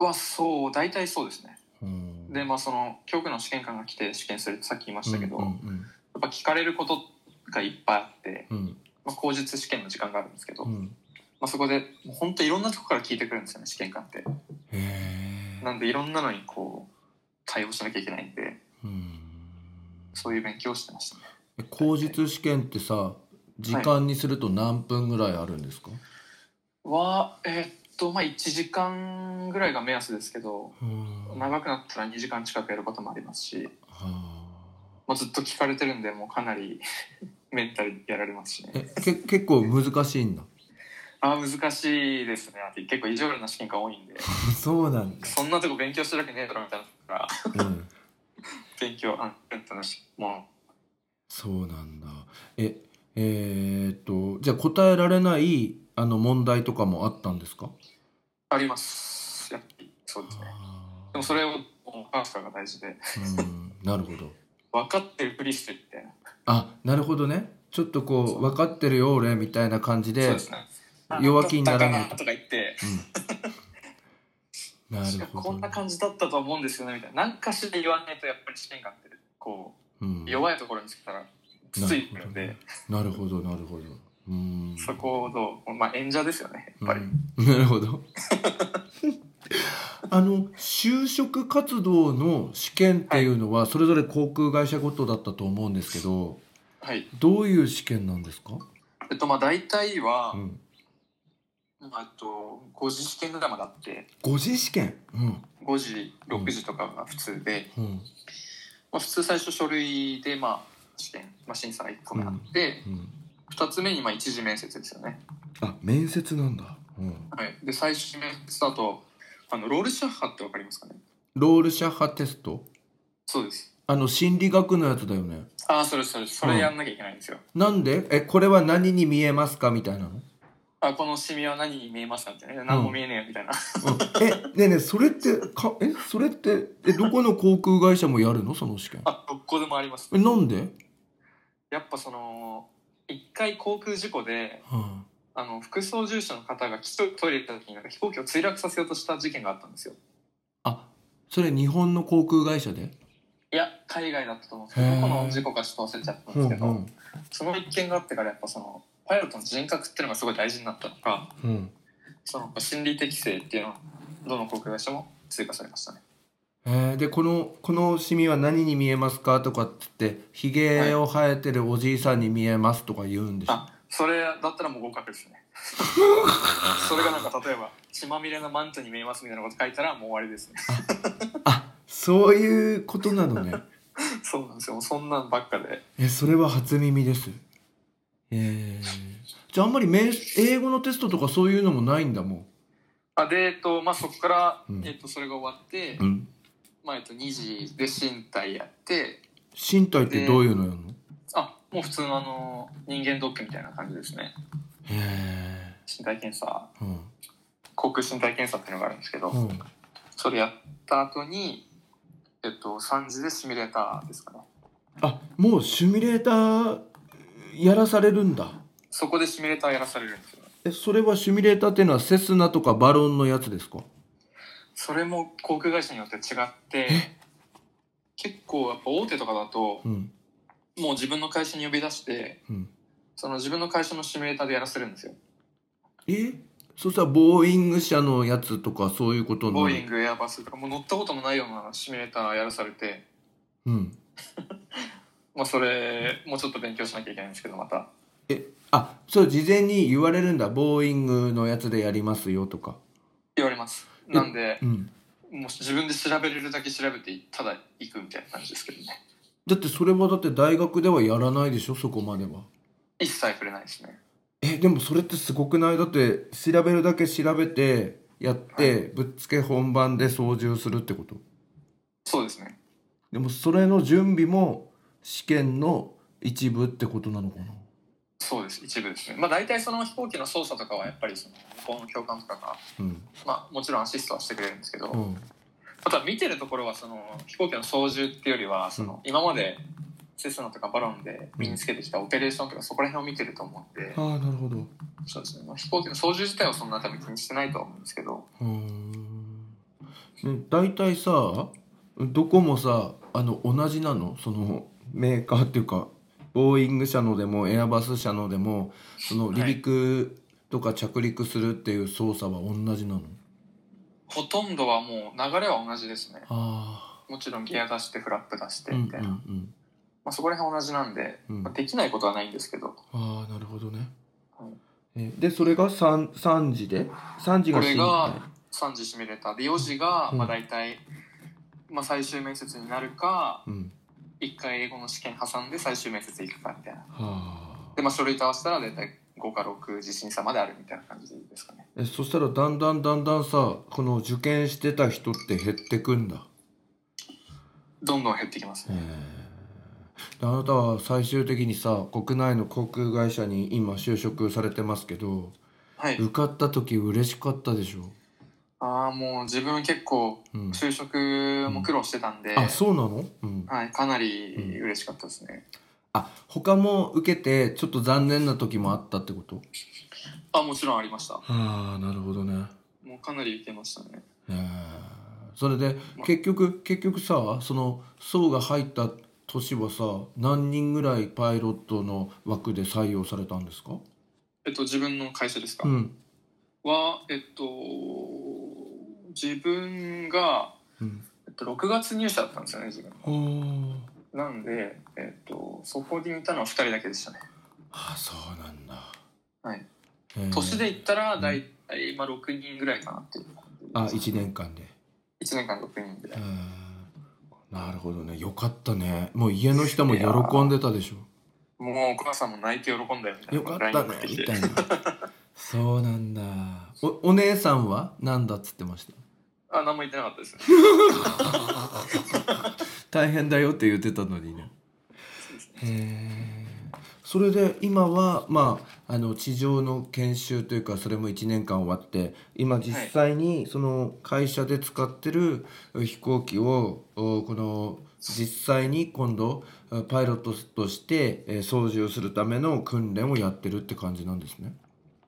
S3: はそう大体そうですね
S2: うん
S3: でまあその教区の試験官が来て試験するってさっき言いましたけど、
S2: うんうん
S3: やっぱ聞かれることがいっぱいあって、
S2: うん
S3: まあ、口述試験の時間があるんですけど、
S2: う
S3: ま
S2: ん
S3: あ、そこでもう本当いろんなとこから聞いてくるんですよね試験官って
S2: へえ
S3: なんでいろんなのにこう対応しなきゃいけないんで
S2: うん
S3: そういう勉強をしてましたね
S2: え口述試験ってさ時間にすると何分ぐらいあるんですか、
S3: はえーっとまあ1時間ぐらいが目安ですけど
S2: うん
S3: 長くなったら2時間近くやることもありますし、
S2: は
S3: まあ、ずっと聞かれてるんでもうかなり メンタルやられますし
S2: あえ
S3: ね
S2: け結構難しいんだ
S3: ああ難しいですねあと結構意地悪な試験が多いんで
S2: そうなんだ、
S3: そんなとこ勉強してるわけねえだろみたいなのが
S2: うん、
S3: 勉強あ楽しいもの
S2: そうなんだええーっとじゃあ答えられないあの問題とかもあったんですか
S3: ありますやっぱりそうですね
S2: あ
S3: でもそれをお母さんが大事で
S2: ーうんなるほど
S3: 分かってるふりしてみたいな
S2: あなるほどねちょっとこ
S3: そう
S2: う分かってるよ俺みたいな感じで
S3: そうですね
S2: 弱気にならない
S3: あだったかとか言って
S2: うん、な
S3: 確
S2: る
S3: か
S2: ほど
S3: こんな感じだったと思うんですよねみたいな何かしら言わないとやっぱり試験官ってこ
S2: うん
S3: う弱いところにつけたらつついてるんで
S2: なるほどなるほどうん
S3: そこをどうまあ演者ですよねやっぱり、
S2: うん、なるほど あの就職活動の試験っていうのはそれぞれ航空会社ごとだったと思うんですけど
S3: はい
S2: どういう試験なんですか
S3: えっとまあ大体は
S2: う、ん、
S3: まあえっと、5時試験ぐらいまであって
S2: 5次試験、うん
S3: 5時6時とかが普通で、
S2: うん
S3: まあ、普通最初書類で、まあ、試験、まあ、審査が1個目あって、
S2: うん、
S3: 二2つ目にまあ一次面接ですよね、
S2: あ面接なんだ、うん、
S3: はい、で最終面接だとあのロールシャッハってわかりますかね
S2: ロールシャッハテスト
S3: そうです
S2: あの心理学のやつだよね
S3: ああそれそれそれやんなきゃいけないんですよ、
S2: なんでえこれは何に見えますかみたいなの、
S3: あこのシミは何に見えますかみたいな何も見えねえよみたいな、
S2: うん、えねえねえそれってかえそれってえどこの航空会社もやるのその試験
S3: あどこでもあります
S2: えなんで、
S3: やっぱその一回航空事故で
S2: は
S3: あの副操縦者の方がきトイレ行った時になんか飛行機を墜落させようとした事件があったんですよ
S2: あ、あそれ日本の航空会社で
S3: いや海外だったと思うんですけど
S2: へー
S3: どこの事故かちょっと忘れちゃったんですけど、
S2: うん
S3: その一件があってからやっぱそのパイロットの人格っていうのがすごい大事になったのか
S2: うん
S3: その心理適性っていうのはどの航空会社も追加されましたね
S2: えーでこのこのシミは何に見えますかとかって言ってひげを生えてるおじいさんに見えますとか言うんでしょ、
S3: あそれだったらもう合格です ねそれがなんか例えば血まみれのマントに見えますみたいなこと書いたらもう終わりですね
S2: あそういうことなのね
S3: そうなんですよそんなんばっかで
S2: えそれは初耳ですえー、じゃああんまりめ英語のテストとかそういうのもないんだも
S3: あで、えっとまあ、そこから、
S2: うん
S3: えっと、それが終わって、
S2: ん、うん、
S3: まあえっと、2時で身体やって
S2: 身体ってどういうのやるの
S3: あもう普通のあの人間ドックみたいな感じですね
S2: へ
S3: 身体検査
S2: えうん
S3: 航空身体検査っていうのがあるんですけど、
S2: うん
S3: それやった後にえっと3時でシミュレーターですかね
S2: あもうシミュレーターやらされるんだ
S3: そこでシミュレーターやらされるんですよ
S2: えそれはシミュレーターっていうのはセスナとかバロンのやつですか
S3: それも航空会社によって違って結構やっぱ大手とかだと
S2: うん
S3: もう自分の会社に呼び出して
S2: うん
S3: その自分の会社のシミュレーターでやらせるんですよ
S2: えそしたらボーイング社のやつとかそういうことになる
S3: ボーイングエアバスとかもう乗ったこともないようなシミュレーターやらされて、
S2: うん
S3: まあ、それもうちょっと勉強しなきゃいけないんですけどまた
S2: えあそう事前に言われるんだボーイングのやつでやりますよとか
S3: 言われますなんで
S2: うん
S3: もう自分で調べれるだけ調べてただ行くみたいな感じですけどね
S2: だってそれはだって大学ではやらないでしょそこまでは
S3: 一切触れないですね
S2: えでもそれってすごくないだって調べるだけ調べてやってぶっつけ本番で操縦するってこと
S3: そうですね
S2: でもそれの準備も試験の一部ってことなのかな
S3: そうです一部ですねまあ大体その飛行機の操作とかはやっぱりその向こうの教官とかが
S2: うん
S3: まあもちろんアシストはしてくれるんですけど、
S2: うん
S3: あとは見てるところはその飛行機の操縦っていうよりはその今までセスナとかバロンで身につけてきたオペレーションとかそこら辺を見てると思うんで、
S2: ああなるほど
S3: そうですねまあ飛行機の操縦自体はそんな多分気にしてないとは思うんですけど
S2: うーんね大体さどこもさあの同じなのそのメーカーっていうかボーイング社のでもエアバス社のでもその
S3: はい
S2: 離陸とか着陸するっていう操作は同じなの、
S3: ほとんどはもう流れは同じですね
S2: あ
S3: もちろんギア出してフラップ出して
S2: あうんうん
S3: み
S2: う
S3: たいな、ま
S2: ん
S3: あ、そこら辺同じなんで、
S2: うん
S3: まあ、できないことはないんですけど
S2: ああなるほどね
S3: はい
S2: えでそれが 3, 3時で3時が
S3: これ
S2: 深
S3: が3時シミュレーターで4時が
S2: うん
S3: まあ大体、まあ、最終面接になるか
S2: 海うん
S3: 1回英語の試験挟んで最終面接行くかみたいな。
S2: はあ
S3: で、まあ、書類と合わせたら大体5か6地震差まであるみたいな感じですかね
S2: えそしたらだんだんだんだんさこの受験してた人って減ってくんだ
S3: どんどん減ってきます
S2: へ
S3: ね、
S2: えであなたは最終的にさ国内の航空会社に今就職されてますけど
S3: はい
S2: 受かった時嬉しかったでしょ、
S3: ああもう自分結構
S2: うん、
S3: 就職も苦労してたんで、
S2: あそうなの、うん、
S3: はい、かなり嬉しかったですね、
S2: あ他も受けてちょっと残念な時もあったってこと
S3: あもちろんありました
S2: ああなるほどね
S3: もうかなり受けましたね
S2: へえそれで結局結局さその層が入った年はさ何人ぐらいパイロットの枠で採用されたんですか、
S3: えっと自分の会社ですか、
S2: うん
S3: はえっと自分が、
S2: うん、
S3: えっと、6月入社だったんですよね自分
S2: あー
S3: なんで、えっと、そこにいたのは2人だけでしたね
S2: あそうなんだ
S3: はい、
S2: えー
S3: 年で言ったら大体、まあ、6人ぐらいかなっていう
S2: あ一年間で
S3: 1年間6人ぐら
S2: う
S3: い
S2: んなるほどねよかったねもう家の人も喜んでたでしょ
S3: もうお母さんも泣いて喜んだよみたいな
S2: よかっ
S3: LINE
S2: たね
S3: 送ってき
S2: み
S3: て
S2: たいな そうなんだおお姉さんは何だっつってました
S3: あ何も言ってなかったですね
S2: 大変だよって言ってたのにねへーそれで今はまああの地上の研修というかそれも1年間終わって今実際にその会社で使ってる飛行機をおこの実際に今度パイロットとしてえー操縦をするための訓練をやってるって感じなんですね。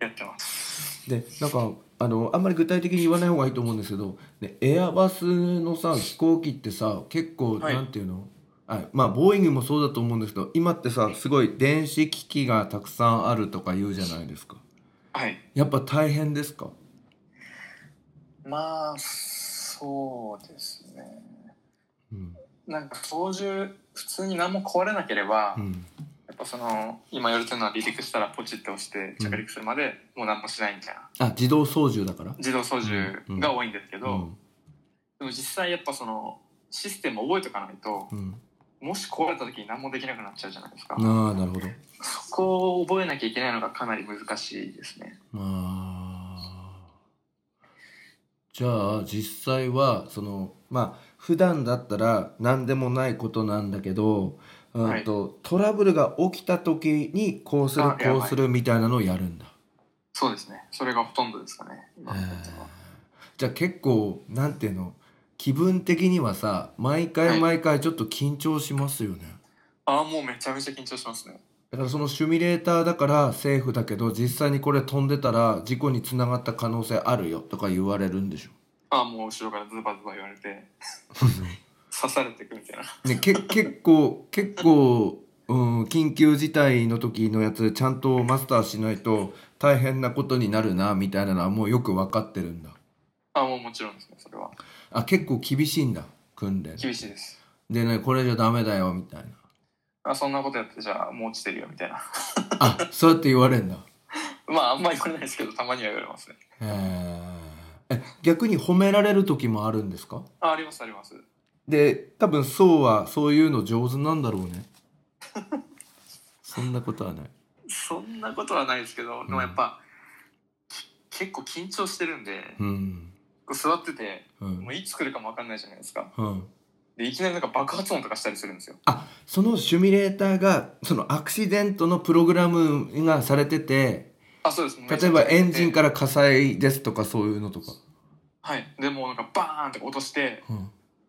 S3: やってます
S2: でなんかあのあんまり具体的に言わない方がいいと思うんですけど、ね、エアバスのさ飛行機ってさ結構、
S3: はい
S2: なんていうのあまあボーイングもそうだと思うんですけど今ってさすごい電子機器がたくさんあるとか言うじゃないですか
S3: はい
S2: やっぱ大変ですか
S3: まあそうですね
S2: うん、
S3: なんか操縦普通に何も壊れなければ、
S2: うん、
S3: やっぱその今言われてるのは離陸したらポチって押して着陸するまでもう何もしないみたいな
S2: あ自動操縦だから
S3: 自動操縦が多いんですけど、
S2: うん
S3: でも実際やっぱそのシステムを覚えとかないと
S2: うん
S3: もし壊れた時に何もできなくなっちゃうじゃないですか、
S2: ああなるほど
S3: そこを覚えなきゃいけないのがかなり難しいですね
S2: あーじゃあ実際はそのまあ普段だったら何でもないことなんだけど、
S3: はい
S2: うんとトラブルが起きた時にこうする
S3: あやば
S2: こ
S3: いう
S2: するみたいなのをやるんだ。
S3: そうですねそれがほとんどですかね今のところは
S2: じゃあ結構なんていうの気分的にはさ毎
S3: は
S2: 回
S3: い
S2: 毎回ちょっと緊張しますよね。
S3: ああもうめちゃめちゃ緊張しますね
S2: だからそのシミュレーターだからセーフだけど実際にこれ飛んでたら事故につながった可能性あるよとか言われるんでしょ
S3: ああもう後ろからズバズバ言われて刺されてくみたいな
S2: ね、け結構結構、うん、緊急事態の時のやつちゃんとマスターしないと大変なことになるなみたいなのはもうよく分かってるんだ
S3: ああもうもちろんですねそれは
S2: あ結構厳しいんだ訓練
S3: 厳しいです
S2: でねこれじゃダメだよみたいな
S3: あそんなことやってじゃあもう落ちてるよみたいな
S2: あそうやって言われるんだ
S3: まああんまり言われないですけどたまには言われますね
S2: へーえ逆に褒められる時もあるんですか
S3: あありますあります
S2: で多分そうはそういうの上手なんだろうねそんなことはない
S3: そんなことはないですけど、でもやっぱき結構緊張してるんで、
S2: うん
S3: こう座ってて
S2: うん
S3: もういつ来るかもわかんないじゃないですか
S2: うん
S3: でいきなりなんか爆発音とかしたりするんですよ
S2: そのシミュレーターがそのアクシデントのプログラムがされてて
S3: あそうです
S2: 例えばエンジンからら火災ですとかそういうのとか、
S3: はいでもうなんかバーンって落として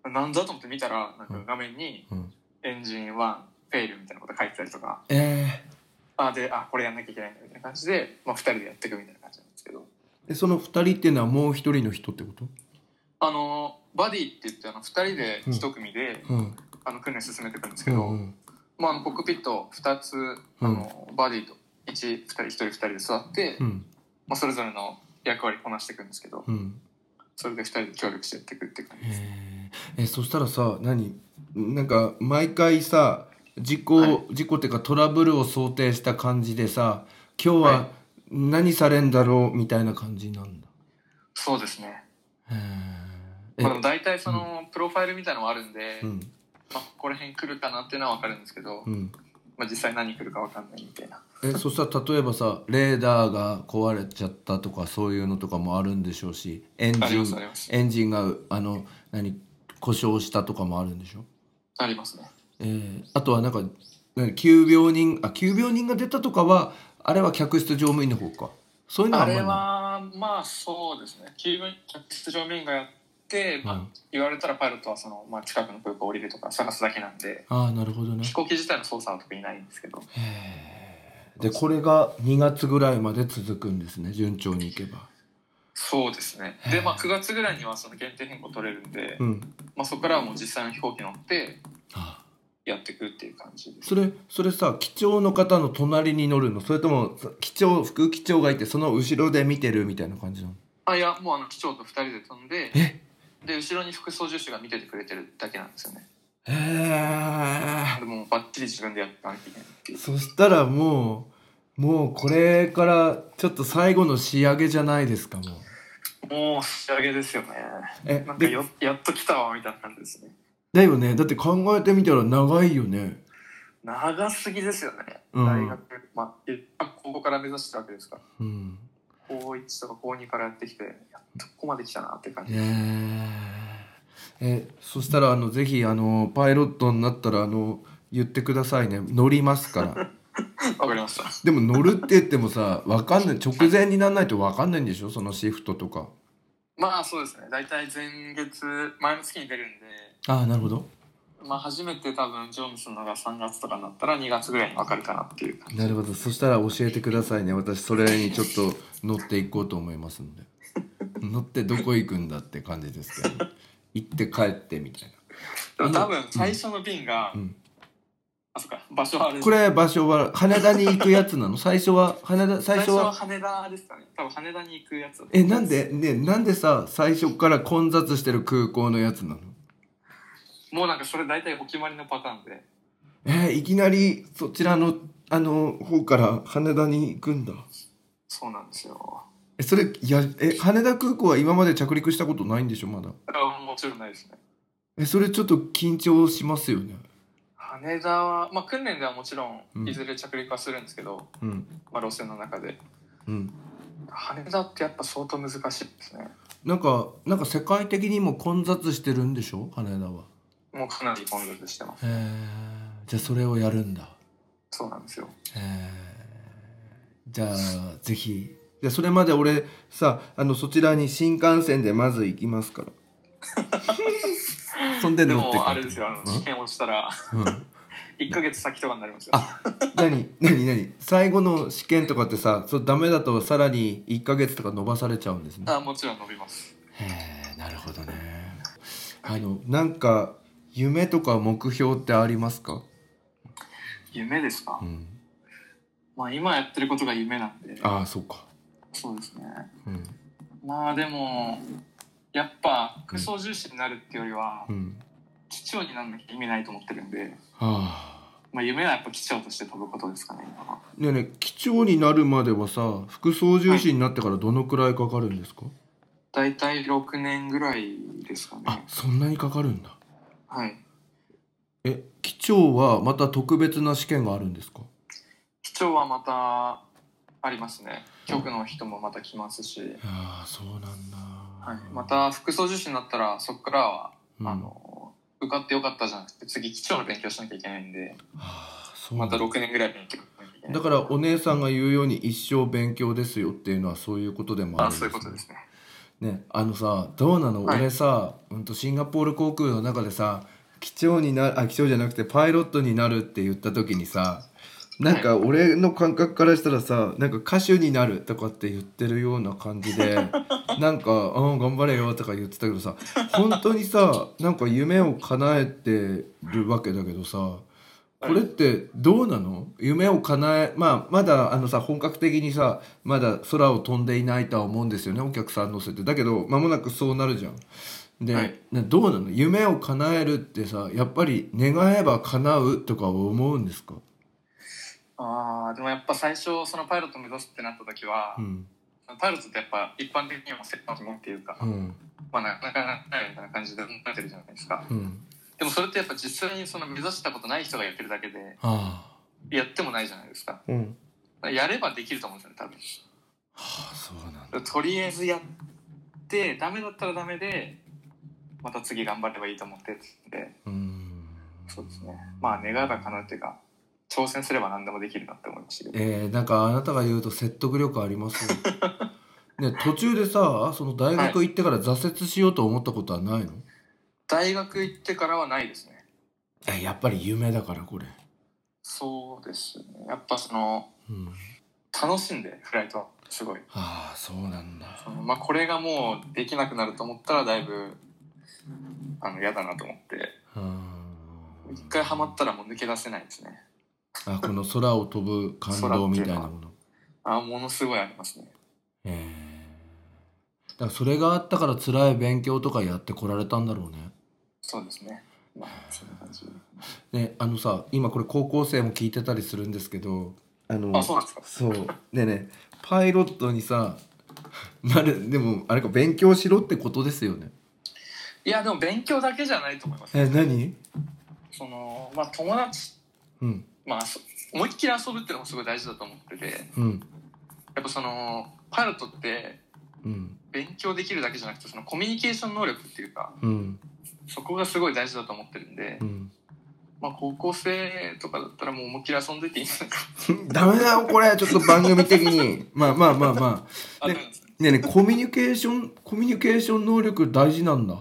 S2: うん
S3: なんだと思って見たらな
S2: う
S3: んか
S2: ん
S3: 画面に
S2: うん、
S3: 「エンジン1フェイル」みたいなこと書いてたりとか
S2: え
S3: あであこれやんなきゃいけないんだみたいな感じで、まあ、2人でやっていくみたいな感じなんですけど
S2: ーでその2人っていうのはもう1人の人ってこと、
S3: あのバディって言ってあの2人で1組で、
S2: うん
S3: あの訓練進めていくんです
S2: う
S3: けど、
S2: ん
S3: まああの、コックピット2つ、あのバディと1、2人、1人、2人で座って、
S2: うん
S3: まあ、それぞれの役割こなしていくんですけど、
S2: うん
S3: それで2人で協力してやっていくっていう感じです。
S2: へーえそしたらさ何なんか毎回さ事故、
S3: はい
S2: 事故っていうかトラブルを想定した感じでさ今日
S3: は
S2: は何されんだろうみたいな感じなんだ、
S3: そうですね。
S2: へーえ
S3: まあ、でも大体その、プロファイルみたいなのはあるんで、
S2: うん
S3: まあ、ここら辺来るかなっていうのは分かるんですけど、
S2: うん
S3: まあ、実際何来るか分かんないみたいな。
S2: えそしたら例えばさレーダーが壊れちゃったとかそういうのとかもあるんでしょうしエン
S3: あり
S2: ジ
S3: ます、あ
S2: ン
S3: ります。
S2: エンジンがあの何故障したとかもあるんでしょ、
S3: ありますね。
S2: えーあとはなんか何急病人あ急病人が出たとかはあれは客室乗務員の方かそういうのは
S3: あ
S2: あんま
S3: れ
S2: りな
S3: は、まあそうですね。急分客室乗務員がやって、まあ
S2: うん
S3: 言われたらパイロットはその、まあ、近くの空港降りるとか探すだけなんで、
S2: いああなるほどね
S3: 飛行機自体の操作は特にないんですけど
S2: へーでこれが2月ぐらいまで続くんですね順調にいけば
S3: そうですねでまあ9月ぐらいにはその限定変更取れるんで、
S2: うん
S3: まあ、そこからはもう実際の飛行機乗って
S2: あ
S3: やっていくっていう感じです
S2: それそれさ機長の方の隣に乗るのそれともさ機長副機長がいてその後ろで見てるみたいな感じなの
S3: あいやもうあの機長と2人で飛んで
S2: え
S3: で後ろに副操縦士が見ててくれてるだけなんですよね
S2: へ
S3: でもうバッチリ自分でやっていかなきゃいけないってい
S2: え
S3: う
S2: そしたらももうこれからちょっと最後の仕上げじゃないですかもう
S3: もう仕上げですよね
S2: え
S3: なんか
S2: で
S3: よやっと来たわみたいな感じですね
S2: だよねだって考えてみたら長いよね
S3: 長すぎですよね、
S2: うん
S3: 大学まあい高校から目指してたわけですから
S2: うん
S3: 高1とか高2からやってきてやっとここまで来たなって感じ、
S2: ねええそしたらあのぜひあのパイロットになったらあの言ってくださいね乗りますから
S3: わかりました
S2: でも乗るって言ってもさわかんない直前にならないとわかんないんでしょそのシフトとか
S3: まあそうですね大体前月前の月に出るんで
S2: ああなるほど
S3: まあ初めて多分ジョームするのが3月とかになったら2月ぐらいにわかるかなっていう感じ
S2: なるほどそしたら教えてくださいね私それにちょっと乗っていこうと思いますので乗ってどこ行くんだって感じですけど行って帰ってみたい
S3: でも多分
S2: ん
S3: 最初の便が、
S2: うん
S3: あそっか場所はあれ
S2: なこれ場所は羽田に行くやつなの最初は羽田最
S3: 最
S2: 初
S3: 初
S2: は
S3: は羽田ですかね多分羽田に行くやつだと思い
S2: え
S3: ます
S2: なんでねなんでさ最初から混雑してる空港のやつなの
S3: もうなんかそれ大体お決まりのパターンで
S2: えーいきなりそちらのあの方から羽田に行くんだ
S3: そうなんですよ
S2: えそれいやえ羽田空港は今まで着陸したことないんでしょまだ
S3: だからもちろんないですね
S2: えそれちょっと緊張しますよね
S3: 羽田は、まあ、訓練ではもちろ
S2: うん
S3: んいずれ着陸はするんですけど、
S2: うん
S3: まあ、路線の中で
S2: うん
S3: 羽田ってやっぱ相当難しいですね
S2: なんかなんか世界的にも混雑してるんでしょ羽田は
S3: もうかなり混雑してます
S2: へえじゃあそれをやるんだ
S3: そうなんですよ
S2: えーじゃあぜひじゃあそれまで俺さあのそちらに新幹線でまず行きます からそんで
S3: で
S2: 乗って
S3: もあれですよあの
S2: うん
S3: 試験落ちたら
S2: うん
S3: 1か月先とかになりますよ
S2: あ何何何最後の試験とかってさそうダメだとさらに1ヶ月とか伸ばされちゃうんですね
S3: あもちろん伸びます
S2: へえなるほどねあのなんか夢とか目標ってありますか、
S3: 夢ですか、
S2: うん、
S3: まあ今やってることが夢なんで
S2: ああそうか、
S3: そうですね
S2: うん
S3: まあでもやっぱ服装重視になるっていうよりは
S2: うん、
S3: 機長になんなきゃ意味ないと思ってるんで、
S2: はあ
S3: まあ、夢はやっぱ機長として飛ぶことですかね今は
S2: ねえねえ機長になるまではさ副操縦士になってからどのくらいかかるんですか、
S3: 大体6年ぐらいですか
S2: あ
S3: ね
S2: そんなにかかるんだ
S3: はい
S2: え機長はまた特別な試験があるんですか
S3: 機長はまたありますね局の人もまた来ますし、
S2: ああそうなんだ、
S3: はい、また副操縦士になったらそこからは、
S2: うん
S3: あの受かってよかったじゃなくて次機長の勉強しなきゃいけないんで
S2: はあそうな
S3: ま
S2: ん
S3: た
S2: だ
S3: 6年ぐらい勉強しなきゃいけない
S2: だからお姉さんが言うように一生勉強ですよっていうのはそういうことでもある
S3: あ
S2: んです、
S3: そ
S2: ね、
S3: ういうことですね
S2: ねあのさどうなの、
S3: はい
S2: 俺さ、うん、とシンガポール航空の中でさ機長になあ機長じゃなくてパイロットになるって言った時にさなんか俺の感覚からしたらさなんか歌手になるとかって言ってるような感じ でなんか「うん頑張れよ」とか言ってたけどさ本当にさなんか夢を叶えてるわけだけどさこれってどうなの夢を叶え、まあ、まだあのさ本格的にさまだ空を飛んでいないとは思うんですよねお客さん乗せてだけど間もなくそうなるじゃん。で、
S3: はい
S2: などうなの夢を叶えるってさやっぱり願えば叶うとか思うんですか、
S3: あーでもやっぱ最初そのパイロット目指すってなった時は、
S2: うん
S3: パイロットってやっぱ一般的にはセットのもんっていうか、
S2: うん
S3: まあ、なかなかないみたいな感じで思ってるじゃないですか
S2: うん、
S3: でもそれってやっぱ実際にその目指したことない人がやってるだけで
S2: あ
S3: やってもないじゃないですか
S2: あ、うん、
S3: やればできると思うんですよね多分
S2: はあそうなんだ
S3: とりあえずやってダメだったらダメでまた次頑張ればいいと思ってって言って
S2: うん
S3: そうですねまあ願えば叶うっていうか挑戦すれば何でもできるなって思いましたけど
S2: えー、なんかあなたが言うと説得力ありますよね途中でさその大学行ってから挫折しようと思ったことはないの、
S3: 大学行ってからはないですね
S2: えやっぱり夢だからこれ、
S3: そうですねやっぱその
S2: うん、
S3: 楽しんでフライトはすごい
S2: ああそうなんだ
S3: そのまあこれがもうできなくなると思ったらだいぶあの嫌だなと思って
S2: うん
S3: 一回ハマったらもう抜け出せないですね
S2: あこの空を飛ぶ感動みたいなもの
S3: あものすごいありますね
S2: えーだからそれがあったから辛い勉強とかやってこられたんだろうね
S3: そうですねまあそんな感じ
S2: ねあのさ今これ高校生も聞いてたりするんですけどあの
S3: あそうなんですか
S2: そうでねパイロットにさなるでもあれか勉強しろってことですよね
S3: いやでも勉強だけじゃないと思います
S2: え何
S3: そのまあ友達
S2: うん
S3: まあそ思いっきり遊ぶっていうのもすごい大事だと思ってて
S2: うん
S3: やっぱそのパイロットって
S2: うん
S3: 勉強できるだけじゃなくてそのコミュニケーション能力っていうか
S2: うん
S3: そこがすごい大事だと思ってるんで、
S2: うん
S3: まあ、高校生とかだったらもう思いっきり遊んでていいんじゃないか
S2: ダメだよこれちょっと番組的にまあまあまあまあ
S3: あ
S2: ね
S3: でもですね
S2: ねえねえコミュニケーションコミュニケーション能力大事なんだ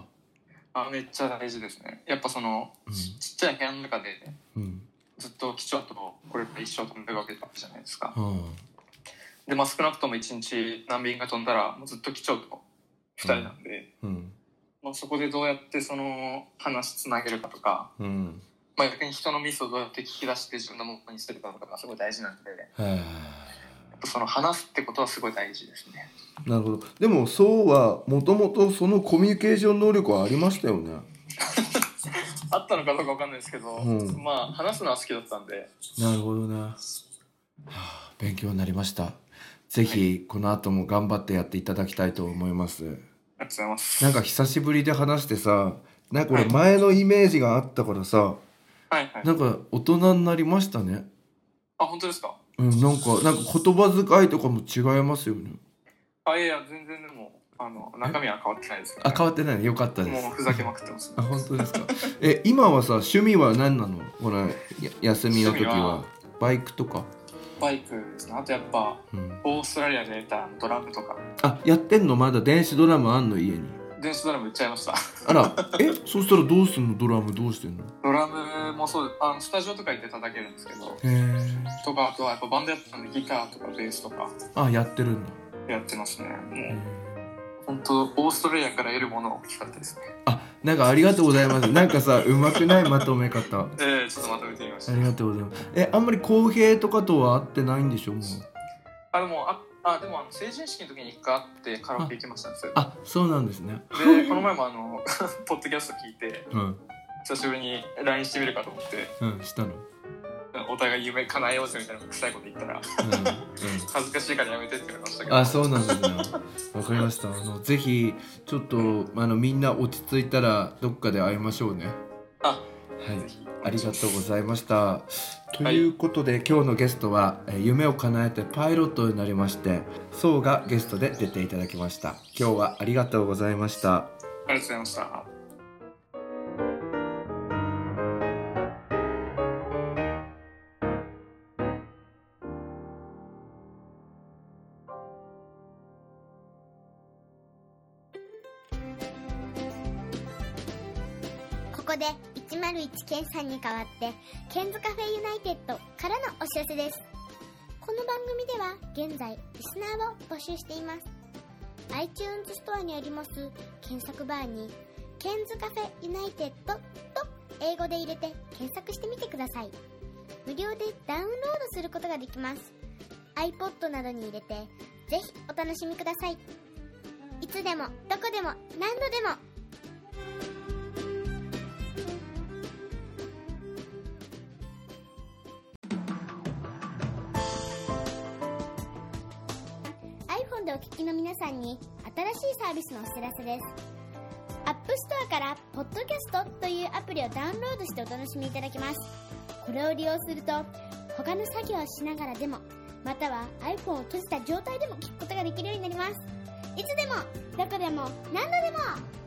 S3: あめっちゃ大事ですねやっぱその、
S2: うん
S3: ちちっちゃい部屋の中で
S2: うん
S3: ずっと基調とこれから一生飛んでるわけじゃないですか
S2: は
S3: でまあ少なくとも1日何便が飛んだらもうずっと基調と2人なんで、
S2: あうん
S3: まあ、そこでどうやってその話つなげるかとか、
S2: うん
S3: まあ、逆に人のミスをどうやって聞き出して自分のものにするかとかがすごい大事なんでや
S2: へえ
S3: っぱその話すってことはすごい大事ですね
S2: なるほどでもそうはもともとそのコミュニケーション能力はありましたよね
S3: あったのかどうかわかんないですけど、
S2: うん
S3: まあ話すのは好きだったんで
S2: なるほどな、はあ、勉強になりましたぜひこの後も頑張ってやっていただきたいと思います
S3: ありがとうございます
S2: なんか久しぶりで話してさなんかこれ
S3: はい
S2: 前のイメージがあったからさ、
S3: はいはい
S2: なんか大人になりましたね
S3: あ本当ですか
S2: うんなんかなんか言葉遣いとかも違いますよね
S3: あいやいや全然でもあの中身は変わってないですけど
S2: あ
S3: ね、
S2: 変わってないよかったです
S3: もうふざけまくってますね
S2: あ本当ですか え今はさ趣味は何なのこのや休みの時は
S3: 趣味
S2: は
S3: は
S2: バイクとか、
S3: バイクですねあとやっぱ
S2: うん、
S3: オーストラリアで得たドラムとか
S2: あやってんのまだ電子ドラムあんの家に
S3: 電子ドラム売っちゃいました
S2: あらえそしたらどうすんのドラムどうしてんのへ
S3: ドラムもそうあのスタジオとか行って叩けるんですけど
S2: え
S3: とかあとはやっぱバンドやってたんでギターとかベースとか
S2: あやってるんだ
S3: やってますねも
S2: へえ
S3: う本当オーストラリアから得るものが大きかったですね
S2: あなんかありがとうございますなんかさうまくないまとめ方あ
S3: ええちょっとまとめてみました
S2: りがとうございますえあんまり公平とかとは会ってないんでしょもう
S3: あでもああでもあの成人式の時に一回会ってカラオケ行きましたんですよ
S2: あそうなんですね
S3: でこの前もあの ポッドキャスト聞いて
S2: うん
S3: 久しぶりに LINE してみるかと思って
S2: うんしたの、
S3: お互い夢叶えようぜみたいな臭いこと言ったら
S2: うんうん
S3: 恥ずかしいからやめてって言われましたけど
S2: あそうなんですねわかりましたあのぜひちょっとあのみんな落ち着いたらどっかで会いましょうね
S3: あ
S2: はい
S3: ぜひ
S2: ありがとうございました。と
S3: はい
S2: いうことで、今日のゲストはえー夢を叶えてパイロットになりまして、そうがゲストで出ていただきました。今日はありがとうございました。
S3: ありがとうございました
S1: ここで101ケンさんに代わってケンズカフェユナイテッドからのお知らせですこの番組では現在リスナーを募集しています iTunes ストアにあります検索バーに「ケンズカフェユナイテッド」と英語で入れて検索してみてください無料でダウンロードすることができます iPod などに入れてぜひお楽しみくださいいつでもどこでも何度でもiPhone でお聞きの皆さんに新しいサービスのお知らせです App Store から「Podcast」というアプリをダウンロードしてお楽しみいただけますこれを利用すると他の作業をしながらでもまたは iPhone を閉じた状態でも聞くことができるようになりますいつでもどこでも何度でも